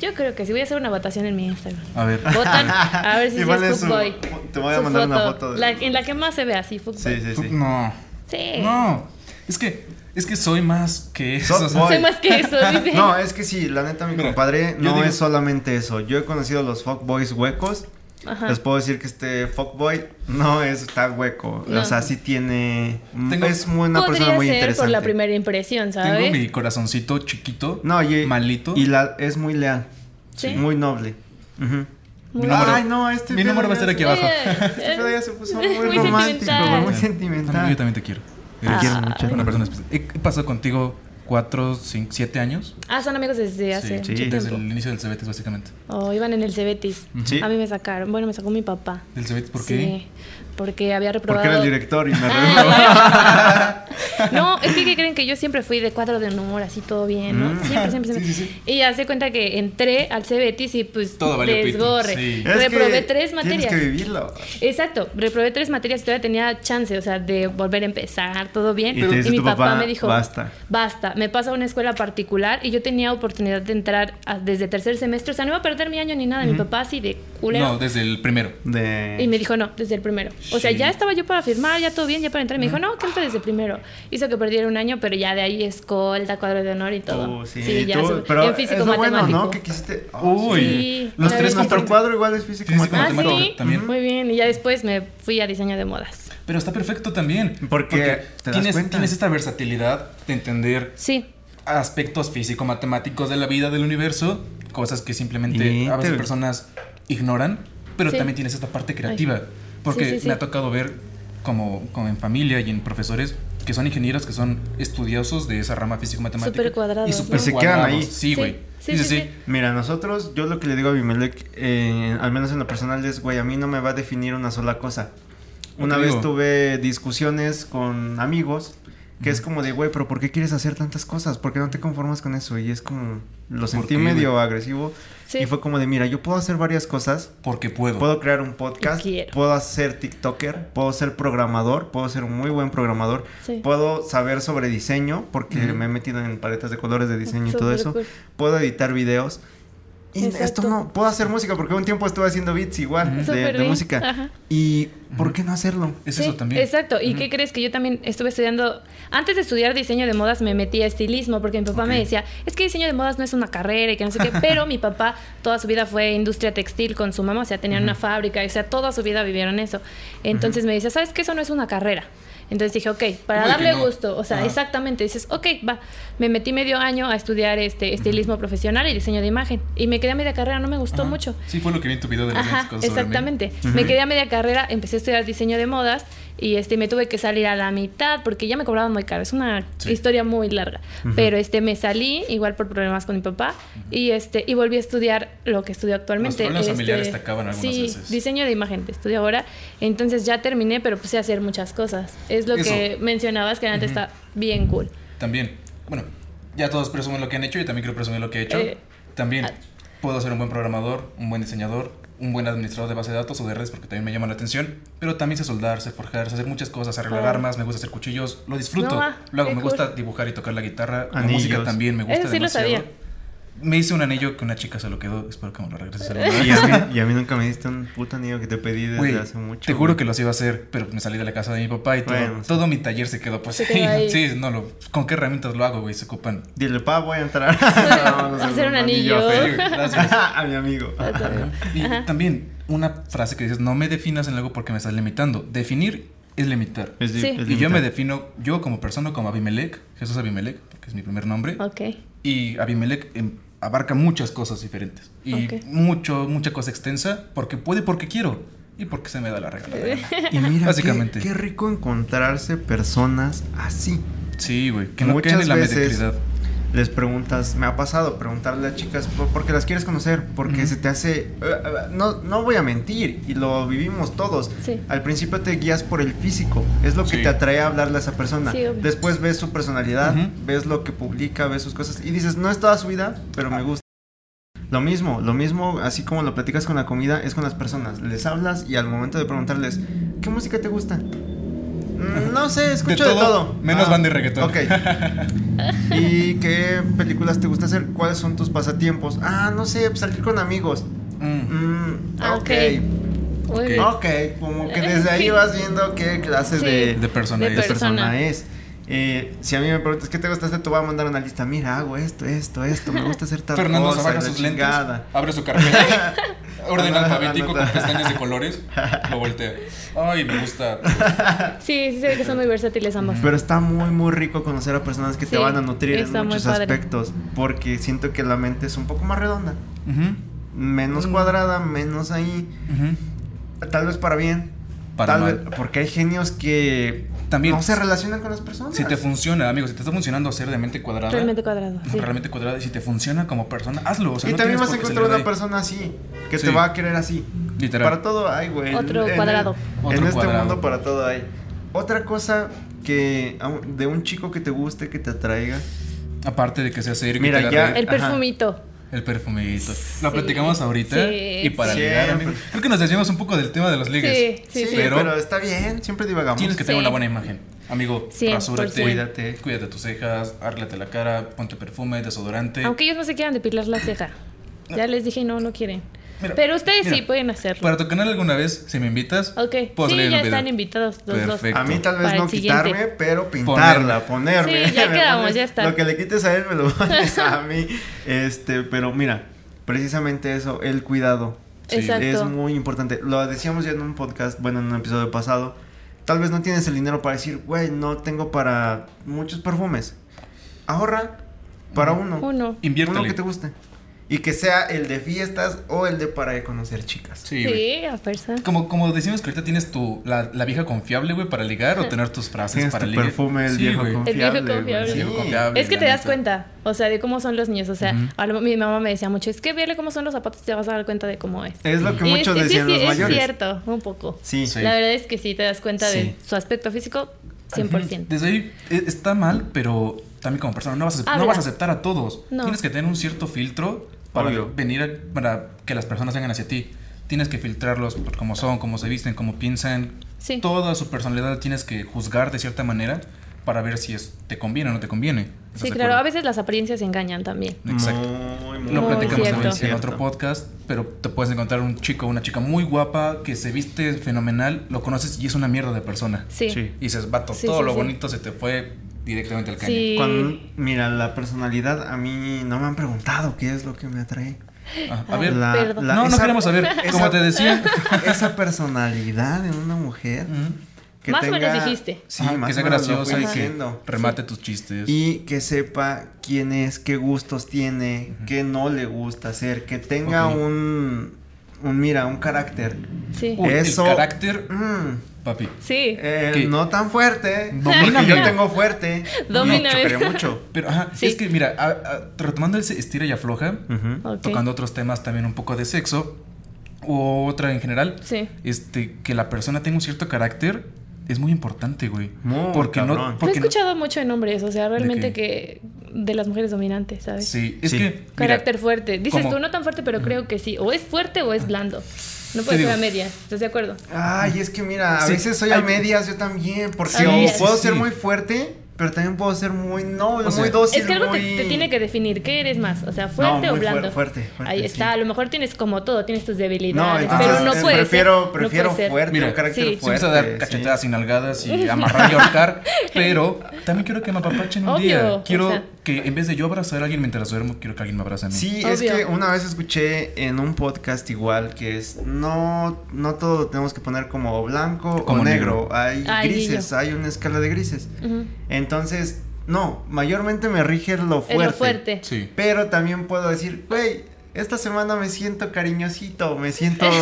Yo creo que sí. Voy a hacer una votación en mi Instagram. A ver. Votan a [laughs] ver si Y sí ponle es su- fuckboy. te voy a Su mandar una foto de- La- en la que más se ve así, fuckboy. Sí, sí, sí. No. Sí. No. Es que, es que soy más que eso. Soy o sea, boy. Soy más que [laughs] eso, dice. No, es que sí, la neta, mi Mira, compadre yo no digo- es solamente eso. Yo he conocido los fuckboys huecos. Ajá. Les puedo decir que este fuckboy no es tan hueco. No. O sea, sí tiene. mm, Tengo- es muy- una persona Podría muy ser interesante. por la primera impresión, ¿sabes? Tengo mi corazoncito chiquito. No, y, malito. Y la, es muy leal. Sí. Muy noble. Ujú. Muy Mi número- Ay, no, este Mi pedo número va a ya estar se- [laughs] aquí abajo. Eh, Este pedo ya se [laughs] puso muy, Muy romántico, sentimental. muy Amigo, sentimental. Yo también te quiero. Te Eres quiero Ah. mucho. una persona especial. He he pasado contigo cuatro, cinco, siete años. Ah, son amigos desde hace sí, mucho desde Desde tiempo. el inicio del Cebetis, básicamente. Oh, iban en el Cebetis. Sí. A mí me sacaron. Bueno, me sacó mi papá. ¿Del Cebetis por Sí, qué? porque había reprobado. Porque era el director y me arregló. Ah, [laughs] no, es que ¿qué creen que yo siempre fui de cuadro de humor, así todo bien, ¿no? Mm. Siempre, siempre, siempre. Sí, sí, sí. Y hace cuenta que entré al CBT y pues Todo valió pito, desborre. sí. [laughs] Es que Reprobé tres Tienes materias. que vivirlo. Exacto, reprobé tres materias y todavía tenía chance, o sea, de volver a empezar, todo bien. Y te dice mi tu papá, papá, me dijo, "Basta". basta, me pasa a una escuela particular y yo tenía oportunidad de entrar a- desde tercer semestre, o sea, no iba a perder mi año ni nada, mi papá así de culero. No, desde el primero. De... Y me dijo, no, desde el primero. O sea, Sí. ya estaba yo para firmar, ya todo bien, ya para entrar. Me dijo, no, que entra desde el primero. Hizo que perdiera un año, pero ya de ahí escolta, cuadro de honor y todo. Uh, sí, ya tú- sub- pero en físico es lo bueno, matemático. ¿no? Que quisiste. Ah, Uy. Sí, los claro, tres sí. nuestro comparten- cuadro igual es físico, Físico, Ah, matemático. sí, matemático también. muy bien. Y ya después me fui a diseño de modas. Pero está perfecto también. Porque te das tienes, cuenta. tienes esta versatilidad de entender Sí, aspectos físico-matemáticos de la vida, del universo, cosas que simplemente Inter. a veces personas ignoran, pero Sí. también tienes esta parte creativa. Porque Sí, sí, sí. me ha tocado ver, como, como en familia y en profesores, que son ingenieros que son estudiosos de esa rama físico-matemática. Súper cuadrados, Y ¿no? súper Se quedan cuadrados. ahí. Sí, Sí, güey. sí, Dices, sí, sí. Ah, sí. Mira, nosotros, yo lo que le digo a Bimelec, eh, al menos en lo personal, es, güey, a mí no me va a definir una sola cosa. Lo Una que vez digo. tuve discusiones con amigos, que es como de, güey, pero ¿por qué quieres hacer tantas cosas? ¿Por qué no te conformas con eso? Y es como, lo sentí qué, medio güey? agresivo. Sí. Y fue como de, mira, yo puedo hacer varias cosas, Porque puedo. Puedo crear un podcast, Quiero. puedo ser TikToker, puedo ser programador, puedo ser un muy buen programador, Sí. puedo saber sobre diseño, porque me he metido en paletas de colores de diseño y todo Súper eso, cool. puedo editar videos. Y Exacto. esto no, puedo hacer música, porque un tiempo estuve haciendo beats igual de- de, Súper bien, música. [laughs] ajá. ¿Y por qué no hacerlo? Es Sí, eso también. Exacto. ¿Y qué crees? Que yo también estuve estudiando. Antes de estudiar diseño de modas, me metí a estilismo porque mi papá me Ok. decía: es que diseño de modas no es una carrera y que no [laughs] sé qué. Pero mi papá toda su vida fue industria textil con su mamá, o sea, tenían una fábrica, o sea, toda su vida vivieron eso. Entonces me decía: ¿sabes qué? Eso no es una carrera. Entonces dije, ok, para ¿Cómo de que darle no? gusto, o sea, Ajá. exactamente, dices, ok, va, me metí medio año a estudiar este estilismo profesional y diseño de imagen y me quedé a media carrera, no me gustó Ajá. mucho. Sí, fue lo que vi en tu video de las Ajá, cosas sobre mí. exactamente. Me quedé a media carrera, empecé a estudiar diseño de modas y este me tuve que salir a la mitad porque ya me cobraban muy caro. Es una Sí. historia muy larga, pero este me salí igual por problemas con mi papá y este y volví a estudiar lo que estudio actualmente. problemas este, familiares te acaban algunas sí, veces. diseño de imagen te estudio ahora. Entonces ya terminé, pero puse a hacer muchas cosas. Es lo Eso. que mencionabas que antes está bien cool. También. Bueno, ya todos presumen lo que han hecho, yo también quiero presumir lo que he hecho. Eh, también ah. puedo ser un buen programador, un buen diseñador, un buen administrador de base de datos o de redes porque también me llama la atención. Pero también sé soldar, sé forjar, sé hacer muchas cosas, arreglar Ah. armas, me gusta hacer cuchillos, lo disfruto. No, ah, Luego qué me cool. gusta dibujar y tocar la guitarra, la Anillos. música también me gusta Eso sí lo demasiado. sabía. Me hice un anillo que una chica se lo quedó. Espero que me [laughs] lo regreses alguna Y a, vez. mí, y a mí nunca me diste un puto anillo que te pedí desde Güey, hace mucho. te juro güey. que los iba a hacer, pero me salí de la casa de mi papá y todo, Bueno, sí. todo mi taller se quedó pues Se quedó [laughs] ahí. Sí, no lo, ¿con qué herramientas lo hago, güey? Se ocupan. Dile, pa, voy a entrar. [laughs] [laughs] Vamos Hacer un anillo. Ah, a Sí, Fer. gracias. [laughs] a mi amigo. Y también una frase que dices, no me definas en algo porque me estás limitando. Definir es limitar. Es di- Sí. es Y yo y yo limitado. me defino, yo como persona, como Abimelech, Jesús Abimelech, porque es mi primer nombre. Ok. Y Abimelech em, abarca muchas cosas diferentes. Y Ok. mucho, mucha cosa extensa, porque puede, porque quiero. Y porque se me da la regalada. Y mira, Básicamente. Qué, qué rico encontrarse personas así. Sí, güey. Que no Muchas caen en la veces- mediocridad. Les preguntas, me ha pasado preguntarle a chicas por- porque las quieres conocer, porque Ujú. se te hace. eh, eh, no, no voy a mentir, y lo vivimos todos. Sí. Al principio te guías por el físico, es lo que Sí. te atrae a hablarle a esa persona. Sí, obvio. Después ves su personalidad, Ujú. ves lo que publica, ves sus cosas, y dices, no es toda su vida, pero Ah. me gusta. Lo mismo, lo mismo, así como lo platicas con la comida, es con las personas. Les hablas y al momento de preguntarles, ¿qué música te gusta? "Mm, No sé, escucho de todo. Ah, todo, menos banda y reggaetón. [laughs] Ok. ¿Y qué películas te gusta hacer? ¿Cuáles son tus pasatiempos? Ah, no sé, salir con amigos. Mm. Mm, Ah, ok. Eh. Muy Ok. bien. Ok, como que [laughs] desde ahí vas viendo qué clase Sí. de, De personalidad. De persona, persona. es. Eh, si a mí me preguntas qué te gusta hacer, te voy a mandar una lista. Mira, hago esto, esto, esto. Me gusta hacer tal Fernando cosa. y Zabaga la sus chingada. lentes, abre [laughs] su carpeta, [laughs] orden Anota, alfabético con anota. pestañas de colores, lo voltea. Ay, me gusta. Sí, sí, se ve que son muy versátiles ambos. Pero está muy, muy rico conocer a personas que te Sí, van a nutrir en está muy muchos padre. aspectos. Porque siento que la mente es un poco más redonda. Ujú, Menos Mm. cuadrada, menos ahí. ujú. Tal vez para bien. Para tal mal. vez- porque hay genios que También. no se relacionan con las personas. Si te funciona, amigo, si te está funcionando hacer de mente cuadrada, Realmente cuadrado. Sí. realmente cuadrada, y si te funciona como persona, hazlo. O sea, y no también tienes vas a por qué encontrar salir una de ahí. persona así, que Sí. te va a querer así. Literal. Para todo hay, güey. Otro En- en- cuadrado. En, Otro este cuadrado. mundo para todo hay. Otra cosa que a un- de un chico que te guste, que te atraiga. Aparte de que sea serio, Mira, que te ya- agarre El Ajá. perfumito. el perfumito. Sí. Lo platicamos ahorita Sí. y para Siempre. ligar, amigo. Creo que nos desviamos un poco del tema de los ligues. Sí, sí, sí. pero, Pero- está bien, siempre divagamos. Tienes que Sí. tener una buena imagen. Amigo, 100%. rasúrate, Cuídate. cuídate tus cejas, arréglate la cara, ponte perfume, desodorante. Aunque ellos no se quieran depilar la ceja. Ya les dije, no, no quieren. Mira, Pero ustedes mira, Pues, sí pueden hacerlo. Para tu canal alguna vez, si me invitas, Ok. puedo Sí, salir en ya un video. están invitados los Perfecto. A mí tal vez Para no el siguiente. quitarme, pero pintarla, ponerme. Sí, ya Me quedamos, pones- ya está. [laughs] Lo que le quites a él [laughs] me lo pones a mí. Este, pero mira, precisamente eso, el cuidado. Sí. Exacto. Es muy importante. Lo decíamos ya en un podcast, bueno, en un episodio pasado. Tal vez no tienes el dinero para decir, güey, no tengo para muchos perfumes. Ahorra para uno. Uno. Uno Inviértele. que te guste. Y que sea el de fiestas o el de para conocer chicas. Sí, güey. Sí, a fuerza. Como, como decimos que ahorita tienes tu, la, la vieja confiable, güey, para ligar o tener tus frases Tienes para tu ligar. perfume, el Sí, viejo güey. viejo confiable. güey. confiable. El viejo Sí. confiable, Es que la te das neta. cuenta, o sea, de cómo son los niños. O sea, a lo- mi mamá me decía mucho, es que verle cómo son los zapatos, te vas a dar cuenta de cómo es. Es lo que Y muchos es, y sí, decían sí, los es mayores. cierto, un poco. Sí. Sí. La verdad es que sí, te das cuenta Sí. de su aspecto físico 100%. Desde ahí eh, está mal, pero también como persona no vas a, acep- no Habla. vas a aceptar a todos. Ah, No. Tienes que tener un cierto filtro para Obvio. venir a- para que las personas vengan hacia ti. Tienes que filtrarlos por cómo son, cómo se visten, cómo piensan. Sí. Toda su personalidad la tienes que juzgar de cierta manera para ver si es, te conviene o no te conviene. ¿Estás Sí, de claro, a acuerdo? veces las apariencias engañan también. Exacto. Muy, muy Lo Muy platicamos cierto. también en otro podcast, pero te puedes encontrar un chico o una chica muy guapa que se viste fenomenal, lo conoces y es una mierda de persona. Sí. Sí. Sí. Y dices, vato, Sí, todo sí, lo sí. bonito se te fue directamente al caño. Cuando- mira, la personalidad a mí no me han preguntado qué es lo que me atrae. Ah, a ver, La- perdón. la- no, no esa- queremos saber. [laughs] esa- Como te decía, Esa personalidad en una mujer que Más o menos tenga- dijiste. Sí, Ajá, más que sea o menos lo graciosa fui y que Pues- diciendo. remate tus chistes. Y que sepa quién es, qué gustos tiene, qué no le gusta hacer, que tenga Ok. un, un, mira, un carácter. Sí. Uy, eso- El carácter, Mm, papi. Sí. eh, Ok. no [laughs] tan fuerte, porque Domíname. yo tengo fuerte. y Domíname. chocaré mucho. Pero ajá, Sí. es que mira, a- a- retomando el se- estira y afloja, Ujú. Ok. tocando otros temas también un poco de sexo u otra en general. Sí. Este, que la persona tenga un cierto carácter es muy importante, güey. Muy porque cabrón. no Lo he porque no- escuchado mucho en hombres, o sea, realmente que qué? de las mujeres dominantes, ¿sabes? Sí, es Sí. que mira, Carácter fuerte. Dices como- tú, no tan fuerte, pero creo que sí. O es fuerte o es blando. No puede digo. ser a medias. ¿Estás de acuerdo? Ay, es que mira, a Sí, veces soy a hay- medias yo también, porque Sí, o sí, puedo sí. ser muy fuerte pero también puedo ser muy noble, O sea, muy dócil. Es que algo te, muy- te tiene que definir. ¿Qué eres más? O sea, fuerte No, o muy fuer- blando. fuerte, fuerte, Ahí sí. está. A lo mejor tienes como todo, tienes tus No, debilidades. entonces pero no eh, puedes. ser, prefiero, no prefiero puedes ser. fuerte, Mira, un carácter sí. Sí, me fuerte. vas a dar sí. cachetadas y [laughs] nalgadas y amarrar y ahorcar, pero también quiero que me apapachen un Obvio, día. Quiero o sea. que en vez de yo abrazar a alguien mientras duermo, quiero que alguien me abrace a mí. Sí, Obvio. es que una vez escuché en un podcast igual que es no no todo lo tenemos que poner como blanco Como o negro, negro. hay Ay, grises, hay una escala de grises. Ujú. Entonces, no, mayormente me rige lo Es fuerte. lo fuerte. Sí. Pero también puedo decir, güey, esta semana me siento cariñosito, me siento Sí,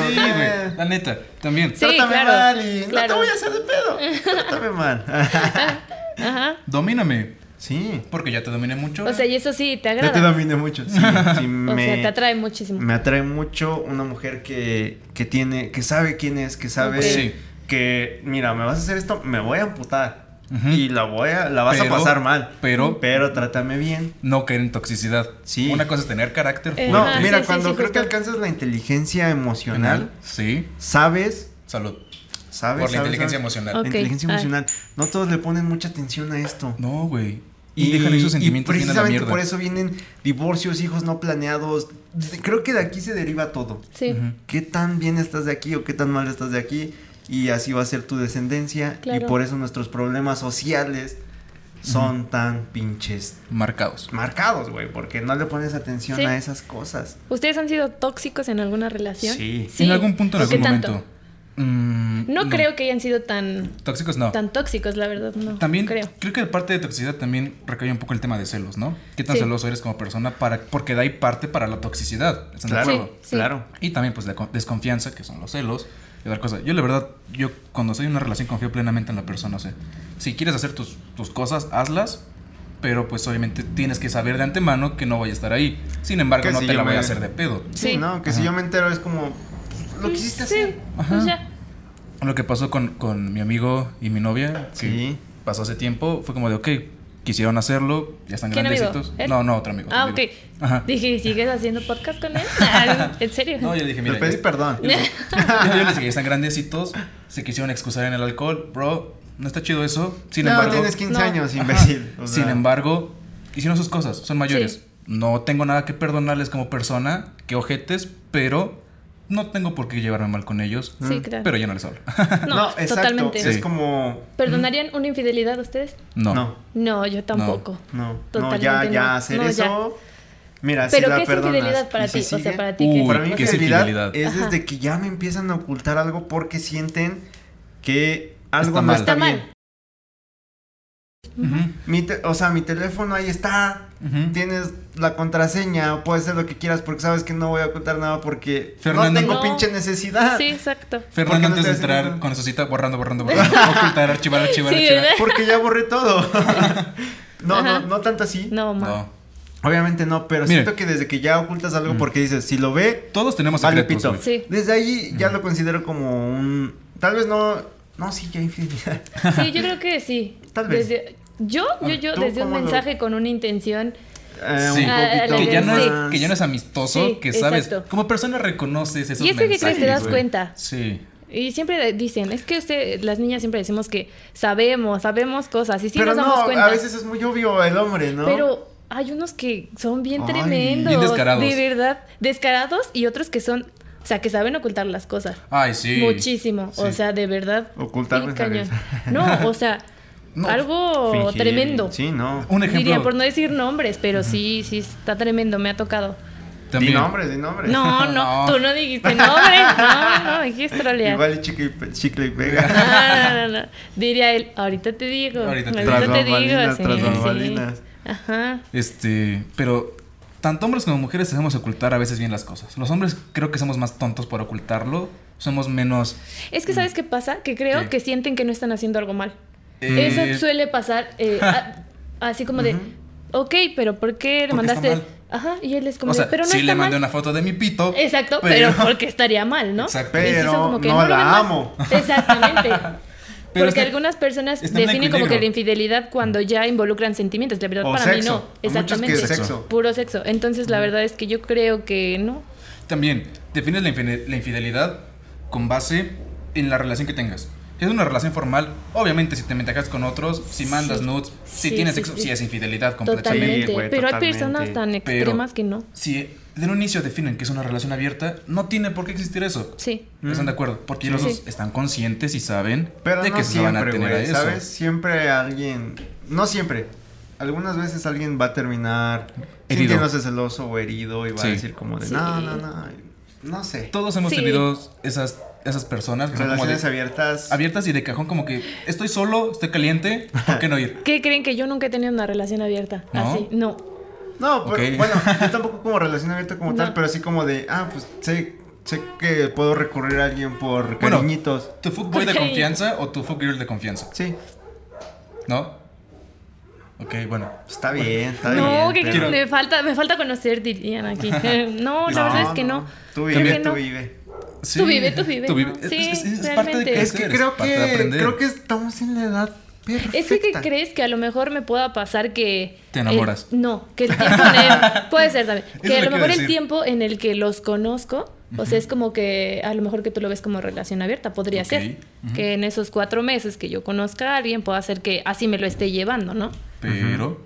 [laughs] güey, la neta, también. Sí, Trátame claro, mal y no te claro. voy a hacer de pedo. Trátame mal. Ah, Ajá. Domíname, [laughs] sí. porque ya te dominé mucho. O sea, y eso sí te No agrada. te domine mucho. Sí, sí, o me, sea, te atrae muchísimo. me atrae mucho una mujer que, que tiene, que sabe quién es, que sabe Ok. Sí. que, mira, me vas a hacer esto, me voy a amputar. Ujú. Y la voy a, la vas Pero- a pasar mal. pero- Pero trátame bien. no caer en toxicidad. Sí. Una cosa es tener carácter Eh, fuerte. No, Ajá, mira, sí, sí, cuando sí, creo que justo. alcanzas la inteligencia emocional, Sí. sabes, Salud. sabes. Por sabes, la inteligencia sabes. emocional. La Ok, inteligencia ay. emocional. No todos le ponen mucha atención a esto. No, güey. Y, Y, dejan esos y sentimientos bien a la precisamente mierda. por eso vienen divorcios, hijos no planeados. Creo que de aquí se deriva todo. Sí. Ujú. qué tan bien estás de aquí o qué tan mal estás de aquí y así va a ser tu descendencia Claro. y por eso nuestros problemas sociales son tan pinches Marcados. marcados, güey, porque no le pones atención Sí. a esas cosas. ¿Ustedes han sido tóxicos en alguna relación? Sí. en algún punto, en ¿O qué algún tanto? momento. Mm, No, creo que hayan sido tan, Tóxicos no. tan tóxicos, la verdad, no. También creo. creo. que de parte de toxicidad también recae un poco el tema de celos, ¿no? ¿Qué tan Sí. celoso eres como persona? para Porque da ahí parte para la toxicidad. ¿Están de Claro, acuerdo? Sí, sí. claro. Y también pues la co- desconfianza, que son los celos y otra cosa. Yo la verdad, yo cuando soy en una relación confío plenamente en la persona. O sea, si quieres hacer tus, tus cosas, hazlas. Pero pues obviamente tienes que saber de antemano que no voy a estar ahí. Sin embargo, Que no si te yo la voy me- a hacer de pedo. Sí, Sí. no, que si Ajá. yo me entero es como lo quisiste Sí, hacer. pues Ajá. ya. Lo que pasó con, con mi amigo y mi novia, que Sí. pasó hace tiempo, fue como de, ok, quisieron hacerlo, ya están ¿Quién grandecitos. amigo? ¿Él? No, no, otro amigo. otro Ah, ok. amigo. Ajá. Dije, ¿y ¿sigues haciendo podcast con él? [laughs] Ah, ¿En serio? [laughs] No, yo dije, Le mira, pedís yo- perdón. yo, yo les dije, ya están grandecitos, se quisieron excusar en el alcohol, bro, no está chido eso. Sin no, embargo, tienes 15 No. años, Ajá. imbécil. o Sin sea, embargo, hicieron sus cosas, son mayores. Sí. No tengo nada que perdonarles como persona, que ojetes, pero no tengo por qué llevarme mal con ellos. Sí, claro. Pero yo no les hablo. no, Mm. no, exacto, totalmente. es Sí. como ¿Perdonarían una infidelidad ustedes? No. no, No, yo tampoco. no, no, Totalmente ya no. ya hacer No, ya. eso. Mira, si Pero la ¿qué es perdonas infidelidad para y se ti? O sea, sigue, para ti qué Uy, Para mí ¿qué es fidelidad infidelidad? es Ajá. desde que ya me empiezan a ocultar algo porque sienten que algo Está no mal. está, Está mal. bien. Ujú, Mi te- o sea, mi teléfono ahí está. ujú. Tienes la contraseña, puedes hacer lo que quieras porque sabes que no voy a ocultar nada porque Fernando- no tengo No. pinche necesidad. Sí, exacto. ¿Por qué Fernando no antes de te hacen entrar eso? con su cita borrando, [laughs] borrando, borrando, ocultar, archivar, archivar, Sí, archivar. ¿verdad? Porque ya [laughs] borré todo. no, no, Ajá. no tanto así. No, ma. No. Obviamente no, pero Miren. siento que desde que ya ocultas algo porque dices, si lo ve, Todos Mm. tenemos vale secretos, pito. güey. Sí. Desde ahí ya lo considero como un... Tal vez no... No, sí, ya infidelidad. Sí, yo creo que sí. Tal vez. Desde- yo, yo, yo, ¿Tú desde un cómo lo- mensaje con una intención. [laughs] Eh, Sí. un poquito Ah, Que ya, no Sí. es, que ya no es amistoso, Sí, que sabes. exacto. Como persona reconoces esos Y es que, ¿qué mensajes, crees? Te das güey. cuenta. Sí. Y siempre de- dicen, es que usted, las niñas siempre decimos que sabemos, sabemos cosas y sí pero nos damos no, cuenta. a veces es muy obvio el hombre, ¿no? Pero hay unos que son bien Ay, tremendos. bien descarados. De verdad, descarados y otros que son, o sea, que saben ocultar las cosas. Ay, sí. Muchísimo, o Sí. sea, de verdad. Ocultar bien mensajes. cañón. No, o [laughs] sea, No, algo Fingir. oh, tremendo. Sí, no. Un ejemplo. Diría, por no decir nombres, pero sí, sí, está tremendo, me ha [laughs] tocado. Di También. nombres, di nombres. No, no, No. tú no dijiste nombres, no, no, me [laughs] quieres trolear. Igual y chicle y, pe- chicle y pega. No, no, no, no. Diría él, ahorita Ah, te digo. Ahorita te Tras digo. bambalinas, sí, tras sí. bambalinas. Ajá. Este. Pero. Tanto hombres como mujeres sabemos ocultar a veces bien las cosas. Los hombres creo que somos más tontos por ocultarlo. Somos menos. Es que, ¿sabes qué pasa? Que creo ¿Qué? que sienten que no están haciendo algo mal. eh, Eso suele pasar eh, a- así como de, ok, pero ¿por qué le Porque está mandaste? mal. Ajá, y él es como, O de, sea, pero no sí está le mandé mal. una foto de mi pito. Exacto, pero, porque estaría mal, ¿no? Exacto. Y sí son Pero como que no lo la ven mal. amo. Exactamente. [laughs] Pero porque está- algunas personas está en blanco y definen como que negro. la infidelidad cuando ya involucran sentimientos. La verdad, O para mí sexo. no. Hay muchos que Exactamente. es sexo. Puro sexo. Entonces, la verdad es que yo creo que no. También, defines la, infine- la infidelidad con base en la relación que tengas. Es una relación formal. Obviamente, si te mentejas con otros, si mandas Sí. nudes, si Sí, tienes sí, sexo, sí. sí es infidelidad completamente. Totalmente. Sí, güey, pero hay totalmente. personas tan Pero- extremas que no. Si de un inicio definen que es una relación abierta, no tiene por qué existir eso. Sí. ¿Están de acuerdo? Porque los dos Sí. están conscientes y saben Mm. Pero de no que se van a siempre, tener a güey, eso. ¿sabes? Siempre alguien, no siempre. Algunas veces alguien va a terminar Herido. sintiéndose celoso o herido y va Sí. a decir como de, Sí. no, no, no, no sé. Todos hemos Sí. tenido esas, esas personas que son como de- Relaciones abiertas. abiertas y de cajón, como que estoy solo, estoy caliente, ¿por qué no ir? ¿Qué creen que yo nunca he tenido una relación abierta? ¿No? Así, no. No, pero, Ok. bueno, yo tampoco como relación abierta como No. tal, pero sí como de, ah, pues sé, sé que puedo recurrir a alguien por Bueno. cariñitos. [laughs] ¿Tu fuckboy de Ok. confianza o tu fuckgirl de confianza? Sí, pues, ¿No? Ok, bueno. está bien, está No, bien. que pero- me falta, me falta conocer, dirían aquí. [laughs] no, la No, verdad es que no. Tú Creo vive, que tú no. vive. Sí. Tú vive, [laughs] tú vive. Es- Sí, es, es parte de realmente. crecer, Es que creo parte de que aprender. creo que estamos en la edad perfecta. Es que ¿qué crees que a lo mejor me pueda pasar que... Te enamoras. el- no, que [laughs] el tiempo en el- Puede ser también. Eso Que a le lo quiero mejor decir. el tiempo en el que los conozco, o sea, es como que a lo mejor que tú lo ves como relación abierta, podría Ok, ser. Que en esos cuatro meses que yo conozca a alguien, pueda ser que así me lo esté llevando, ¿no? Pero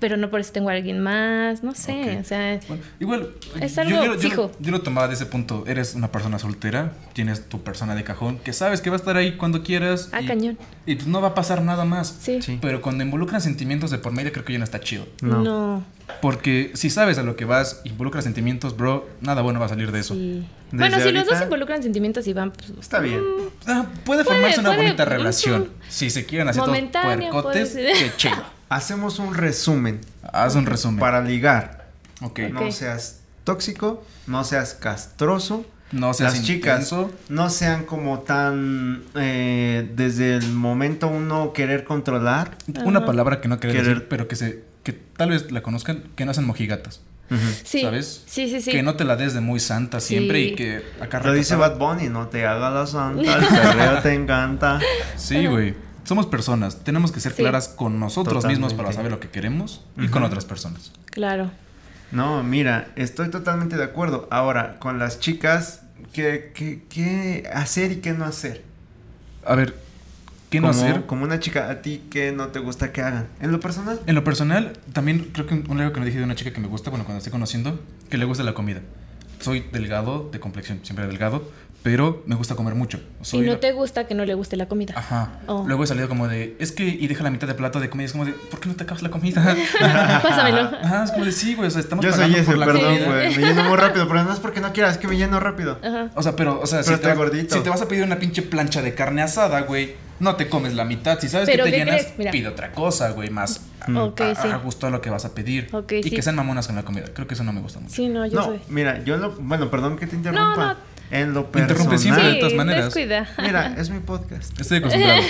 Pero no por eso tengo a alguien más, no sé, Ok. o sea... bueno, igual Es yo- algo yo, yo- fijo. yo lo tomaba de ese punto. Eres una persona soltera, tienes tu persona de cajón que sabes que va a estar ahí cuando quieras. Ah, y, cañón. Y pues no va a pasar nada más. Sí. Sí. Pero cuando involucran sentimientos de por medio creo que ya no está chido. No. No. Porque si sabes a lo que vas, involucras sentimientos, bro, nada bueno va a salir de eso. sí. Desde Bueno, si los ahorita- dos involucran sentimientos y van, pues, Está bien. Ah, puede formarse una puede, bonita ujú. relación. Si se quieren hacer todos Momentáneo, puercotes, puede ser. qué chido. Hacemos un resumen Haz un resumen. para ligar. Ok. No seas tóxico, no seas castroso. No seas Las chicas intenso. no sean como tan eh, desde el momento uno querer controlar. Una palabra que no querer, Querer. decir, pero que se que tal vez la conozcan, que no sean mojigatas. Sí. ¿Sabes? Sí, sí, sí. Que no te la des de muy santa siempre Sí. y que acá Lo dice recatar. Bad Bunny, no te haga la santa, el perreo te encanta. Sí, güey. Somos personas, tenemos que ser Sí. claras con nosotros mismos para Totalmente. saber lo que queremos y con otras personas. Claro. No, mira, estoy totalmente de acuerdo. Ahora, con las chicas, ¿qué, qué, qué hacer y qué no hacer? A ver, ¿qué no Como- hacer? Como una chica, ¿a ti qué no te gusta que hagan? En lo personal. En lo personal, también creo que un algo que me dije de una chica que me gusta, bueno, cuando estoy conociendo, que le gusta la comida. Soy delgado, de complexión, siempre delgado, pero me gusta comer mucho. Soy y no la- te gusta que no le guste la comida. [laughs] Ajá. Oh. Luego he salido como de, es que, y deja la mitad de plato de comida, es como de, ¿por qué no te acabas la comida? [laughs] Pásamelo. Ajá, es como de, sí, güey, o sea, estamos Yo soy pagando ese, por la perdón, comida". güey. Me lleno muy rápido, pero no es porque no quieras, es que me lleno rápido. Ajá. O sea, pero, o sea, Pero si, estoy te va- gordito. si te vas a pedir una pinche plancha de carne asada, güey, no te comes la mitad. Si sabes que Pero, te ¿qué llenas, crees? Mira. Mm. pide otra cosa, güey, más a- Ok, a, sí. a gusto a lo que vas a pedir. Ok, y sí. que sean mamonas con la comida. Creo que eso no me gusta mucho. Sí, no, yo no, soy. mira, yo lo. Bueno, perdón que te interrumpa. No, no. En lo Me interrumpe personal. siempre. de Sí, todas maneras. [laughs] descuida. Mira, es mi podcast. [laughs] Estoy acostumbrado.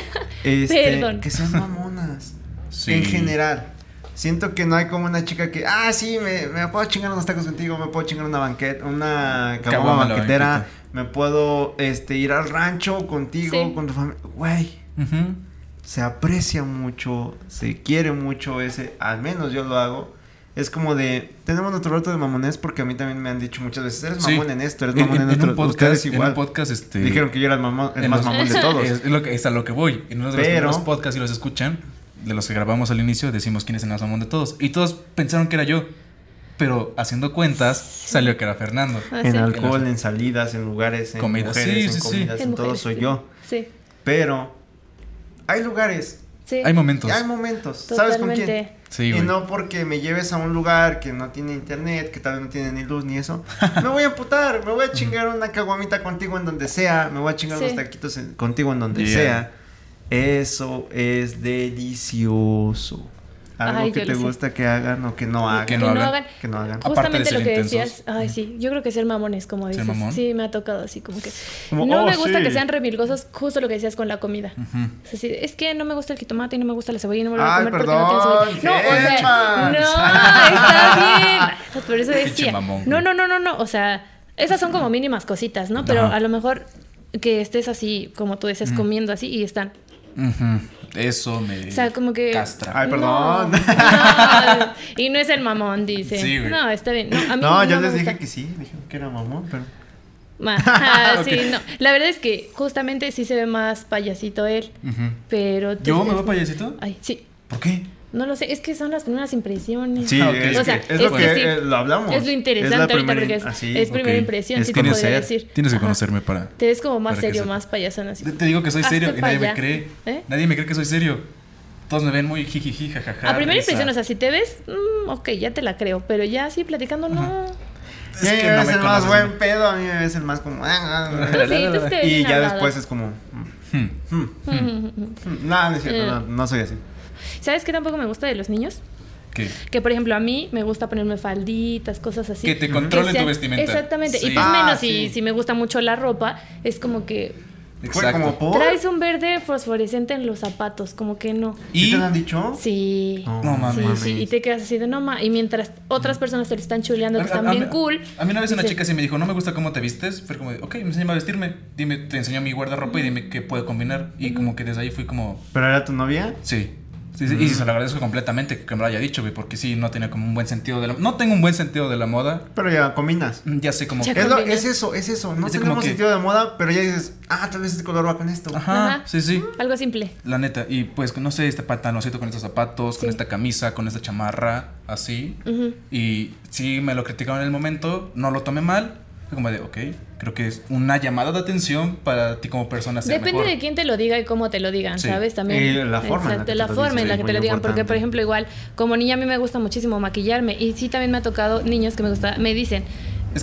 Este, Perdón. Que sean mamonas. Sí. En general. Siento que no hay como una chica que, ah, sí, me, me puedo chingar unos tacos contigo, me puedo chingar una banqueta, una caguama Caguama en la banquetera, banqueta. me puedo este, ir al rancho contigo, Sí. con tu familia. Güey, Ujú. se aprecia mucho, se quiere mucho ese, al menos yo lo hago. Es como de, tenemos nuestro rato de mamonés porque a mí también me han dicho muchas veces, eres Sí. mamón en esto, eres mamón en, en otro, un podcast, ustedes en igual. un podcast, este... Dijeron que yo era el, mamón, el en más los- mamón de [laughs] [laughs] todos. Es, es lo que, es a lo que voy. En uno de los Pero- primeros podcasts, si los escuchan, de los que grabamos al inicio, decimos quién es el más mamón de todos. Y todos pensaron que era yo. Pero haciendo cuentas, salió que era Fernando. Ah, en sí. alcohol, en salidas, en lugares, en Comida. mujeres, Sí, en sí, sí. comidas, en, En todo mujeres, soy sí. yo. Sí. Pero hay lugares, Sí. Hay momentos. hay momentos, ¿sabes con quién? Totalmente. Sí, y güey. no porque me lleves a un lugar que no tiene internet, que tal vez no tiene ni luz ni eso. Me voy a amputar, [laughs] me voy a chingar una caguamita contigo en donde sea, me voy a chingar Sí. unos taquitos en- contigo en donde Yeah. sea. Eso es delicioso. Algo Ay, que yo te lo sé. gusta que hagan o que no hagan. Que Que no no hagan. hagan. Que no hagan. Aparte de Justamente ser lo que intensos. decías, ay sí, yo creo que ser mamones, como ¿Ser dices, mamón? sí, me ha tocado así como que Como, no "Oh, me gusta sí". que sean remilgosos, justo lo que decías con la comida. Ujú. O sea, sí, es que no me gusta el jitomate y no me gusta la cebolla y no me lo voy a Ay, comer porque no tiene perdón, cebolla. No, o sea, Germán. no, está [laughs] bien. Por eso Pinche decía. mamón, No, güey. no, no, no, no. O sea, esas son como mínimas cositas, ¿no? Pero Ajá. a lo mejor que estés así, como tú decías, comiendo así y están. Ujú. Eso me. O sea, como que. Castra. Ay, perdón. No, [laughs] no, y no es el mamón, dice. Sí, güey. no, está bien. No, a mí No, yo me les dije gusta. que sí, dijeron que era mamón, pero. [laughs] Ajá, ah, sí, Ok. no. La verdad es que justamente sí se ve más payasito él. Ujú. Pero. tú ¿Yo sabes- me voy payasito? Ay, sí. ¿Por qué? No lo sé, es que son las primeras impresiones. Sí, Ah, ok. es, O sea, que, es lo es que, que sí. eh, lo hablamos. Es lo interesante la ahorita primera- ah, porque es, así. es primera ok. impresión, Es sí te conocer. podría decir. Tienes que Ajá. conocerme para. Te ves como más para que serio, sepa. más payasón así. Te te digo que soy Hazte serio y nadie pa' me allá. cree. ¿Eh? Nadie me cree que soy serio. Todos me ven muy jijiji, jajaja. A primera risa. impresión, o sea, si te ves, mm, ok, ya te la creo, pero ya así platicando, no. Sí, Es que me no ves me el más conoces. buen pedo, a mí me ves el más como. ah, ah, ah. Tú sí, tú te ves y bien ya hablado. después es como. mm, Hmm. mm, mm. No, no es Eh. cierto, no, no soy así. [laughs] ¿Sabes qué tampoco me gusta de los niños? ¿Qué? Que, por ejemplo, a mí me gusta ponerme falditas, cosas así. Que te controle tu sean- vestimenta. Exactamente. Sí. Y pues Ah, menos sí. si, si me gusta mucho la ropa, es como que Fue como Exacto. por. traes un verde fosforescente en los zapatos, como que no. ¿Sí Y te lo han dicho? Sí. No Sí, mames. sí, y te quedas así de no ma. Y mientras otras personas te lo están chuleando, que A- a- están a bien mí- pues, cool. A mí una vez una dice, chica sí me dijo, no me gusta cómo te vistes. Fue como, de, ok, me enseña a vestirme. Dime, te enseño mi guardarropa y dime qué puedo combinar. Y como que desde ahí fui como, ¿Pero era tu novia? sí. Sí, sí, Y se lo agradezco completamente que me lo haya dicho, güey, porque sí, no tenía como un buen sentido de la... No tengo un buen sentido de la moda. Pero ya combinas. Mm, Ya sé como... Ya Es, lo- combinas. es eso, es eso. No Es de como tenemos que- sentido de moda, pero ya dices, ah, tal vez este color va con esto. Ajá, Ajá. sí, sí. Algo simple. La neta. Y pues, no sé, este pantaloncito con estos zapatos, Sí. con esta camisa, con esta chamarra, así. Ujú. Y sí, me lo criticaron en el momento, no lo tomé mal. Fue como de, ok, creo que es una llamada de atención para ti como persona ser Depende mejor. de quién te lo diga y cómo te lo digan, Sí. ¿sabes? También. Y la forma en la que Exacto, te la lo forma dicen, en la es que muy te lo digan. Porque, por importante. ejemplo, igual, como niña, a mí me gusta muchísimo maquillarme. Y sí, también me ha tocado niños que me gusta, me dicen. Es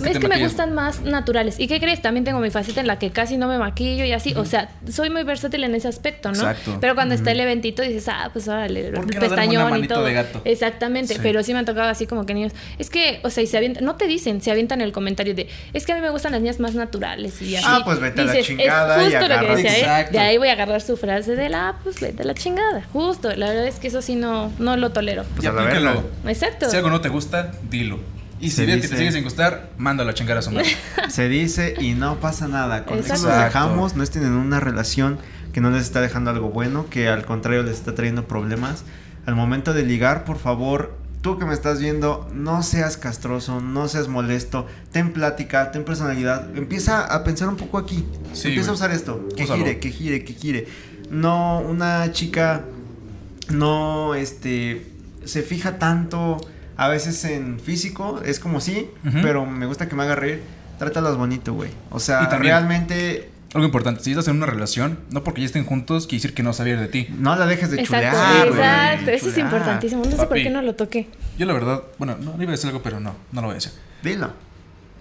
Es que que, te me maquillas". gustan más naturales. ¿Y qué crees? También tengo mi faceta en la que casi no me maquillo y así. O sea, soy muy versátil en ese aspecto, ¿no? Exacto. Pero cuando está el eventito dices, ah, pues órale, ¿Por qué no darme pestañón una y manito todo. de gato? Exactamente. Sí. Pero sí me han tocado así como que niños. Es que, o sea, y se avientan, no te dicen, se avientan el comentario de, es que a mí me gustan las niñas más naturales y así. Ah, pues vete a la Dices, chingada Es y justo lo que agárrate. decía, ¿eh? Exacto. De ahí voy a agarrar su frase de la, pues vete a la chingada. Justo, la verdad es que eso sí no, no lo tolero. Pues Y a la aplícalo. verga. Exacto. Si algo no te gusta, dilo. Y Se si ves que dice. te sigue sin gustar, mándalo a chingar a [laughs] su madre. Se dice y no pasa nada. Con eso Exacto. los Exacto. dejamos, no estén en una relación que no les está dejando algo bueno, que al contrario les está trayendo problemas. Al momento de ligar, por favor, tú que me estás viendo, no seas castroso, no seas molesto, ten plática, ten personalidad, empieza a pensar un poco aquí. Sí, empieza a güey. usar esto, que Úsalo. gire, que gire, que gire. No una chica no este se fija tanto a veces en físico, es como sí, Ujú. pero me gusta que me haga reír. Trátalas bonito, güey. O sea, Y también- realmente algo importante, si estás en una relación, no porque ya estén juntos, quiere decir que no sabía de ti. no la dejes de Exacto, chulear, güey. exacto. Eso es Chulear. importantísimo. No sé por Papi. qué no lo toqué. Yo la verdad, bueno, no, iba a decir algo, pero no, no lo voy a decir. Dilo.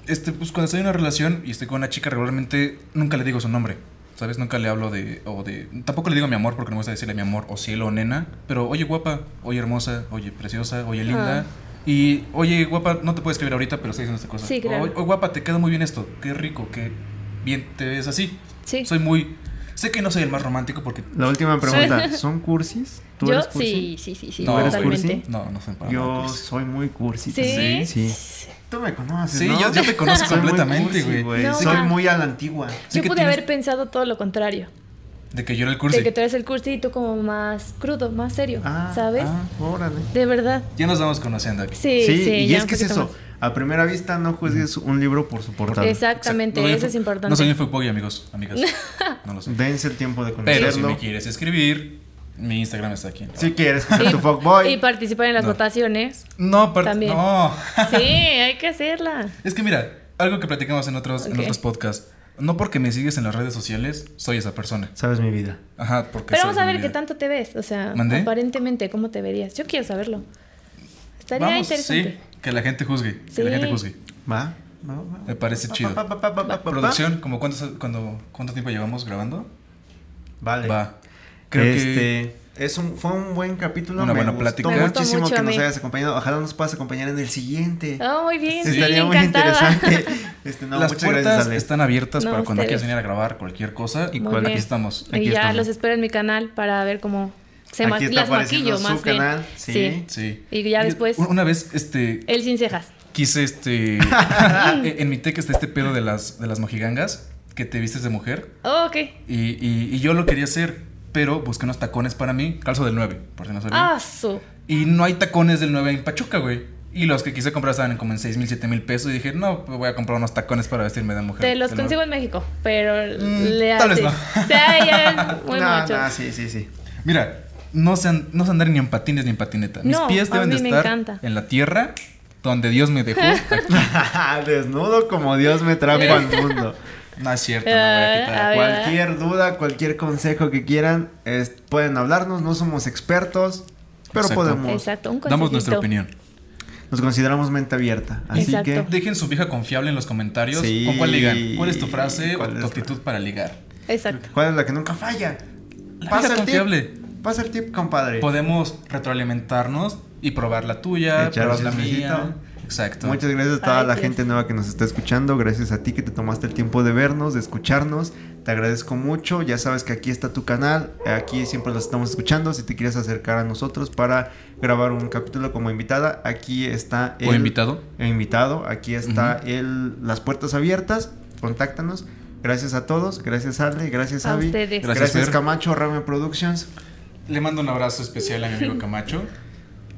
Este, pues cuando estoy en una relación y estoy con una chica regularmente, nunca le digo su nombre. ¿Sabes? Nunca le hablo de, o de, tampoco le digo mi amor porque no me gusta decirle mi amor o cielo o nena, pero oye guapa, oye hermosa, oye preciosa, oye linda. Ah. Y oye guapa, no te puedo escribir ahorita, pero estoy diciendo esta cosa. Sí, claro. Oye, oye, guapa, te queda muy bien esto, qué rico, qué bien te ves así. Sí. Soy muy, sé que no soy el más romántico porque... La última [laughs] pregunta, ¿son cursis? ¿Tú Yo eres cursi? sí, sí, sí, sí, no, eres totalmente. cursi? No, no soy para nada Yo cursi. soy muy cursi. ¿Sí? Sí. Tú me conoces, Sí, ¿no? yo- yo te conozco Soy muy completamente, cursi, güey. No, soy ma. muy a la antigua. Sí Yo que pude tienes- haber pensado todo lo contrario. De que yo era el cursi. De que tú eres el cursi y tú como más crudo, más serio, Ah, ¿sabes? ah, órale. De verdad. Ya nos vamos conociendo aquí. Sí, sí. Sí, y ya es un que es poquito eso. más. A primera vista no juzgues un libro por su portada. Exactamente, O sea, no soy eso un es fu- importante. No soy un fuckboy, amigos, [laughs] amigas. No lo soy. Dense el tiempo de Pero si conocerlo. me quieres escribir, mi Instagram está aquí. si quieres que sea Y- [laughs] tu fuckboy. Y participar en las No. votaciones. No, pero También. no. [laughs] [laughs] Sí, hay que hacerla. Es que mira, algo que platicamos en otros, en Ok. otros podcasts. No porque me sigues en las redes sociales, soy esa persona. Sabes mi vida. Ajá, porque. Pero soy vamos a ver mi qué vida. tanto te ves, o sea, ¿Mandé? aparentemente, ¿cómo te verías? Yo quiero saberlo. Estaría Vamos, sí, interesante. que la gente juzgue. Que la Sí. gente juzgue. Va. va, va. Me parece Pa, chido. pa, pa, pa, pa, pa, pa, Producción, como cuántos- cuando- cuánto tiempo llevamos grabando? Vale. Va. Creo que. este, es un, fue un buen capítulo. Una me buena gustó plática. Me gustó muchísimo mucho que a nos mí. hayas acompañado. Ojalá nos puedas acompañar en el siguiente. Oh, muy bien, sí, Estaría muy encantada. [laughs] interesante. Este, no, Las muchas gracias, puertas Ale. están abiertas No, para cuando ustedes. quieras venir a grabar cualquier cosa. Y Muy cual- bien. aquí estamos. Aquí y ya estamos. los espero en mi canal para ver cómo se ma- Aquí está las apareciendo maquillo su más bien. canal, sí. Sí. Y ya después- Una vez, este, Él sin cejas. [laughs] quise este en en mi tech está este pedo de las de las mojigangas que te vistes de mujer Oh, ok. y, y- y yo lo quería hacer pero busqué unos tacones para mí calzo del 9 por si no sabían Ah, su. y no hay tacones del 9 en Pachuca güey y Y los que quise comprar estaban en como en 6 mil, 7 mil pesos. Y dije, no, pues voy a comprar unos tacones para vestirme de mujer. Te los lo- consigo en México, pero Mm, le tal vez haces. no. O sea, ya es muy [laughs] no, mucho. no, sí, sí, [laughs] sí. Mira, no sé, an- no sé andar ni en patines ni en patineta. Mis No, pies a deben mí de me estar encanta. en la tierra donde Dios [laughs] me dejó. Aquí. Desnudo como Dios me trajo al mundo. No es cierto, no voy a quitar. Ah, a ver. Cualquier duda, cualquier consejo que quieran, es- pueden hablarnos, no somos expertos, pero Exacto. podemos. Exacto, un Damos nuestra consejito. opinión. Nos consideramos mente abierta. Así Exacto. que Dejen su vieja confiable en los comentarios. Sí. ¿Con cuál ligan? ¿Cuál es tu frase o ¿Cuál es tu la- actitud para ligar? Exacto. ¿Cuál es la que nunca falla? La Pasa vieja el confiable. tip. Pasa el tip, compadre. Podemos retroalimentarnos y probar la tuya, Echar probar la chismecito. mía. Exacto. Muchas gracias a toda Ay, la Dios. gente nueva que nos está escuchando. Gracias a ti que te tomaste el tiempo de vernos, de escucharnos. Te agradezco mucho. Ya sabes que aquí está tu canal. Aquí siempre los estamos escuchando. Si te quieres acercar a nosotros para grabar un capítulo como invitada, aquí está ¿O invitado? el invitado. Aquí está el, las puertas abiertas. Contáctanos. Gracias a todos. Gracias Ale. Gracias A Avi. ustedes. Gracias, Gracias, Fer. Camacho, Ramen Productions. Le mando un abrazo especial a mi [laughs] amigo Camacho.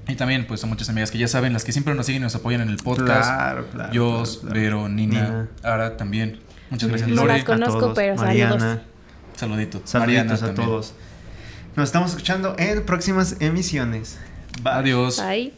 Y también, pues, a muchas amigas que ya saben, las que siempre nos siguen y nos apoyan en el podcast. Claro, claro, Yo, claro, claro. Vero, Nina, Ara también. Muchas gracias, No Lore. las conozco, a todos. pero Mariana. saludos. Saluditos. Mariana Saluditos a también. todos. Nos estamos escuchando en próximas emisiones. Bye. Adiós. Bye.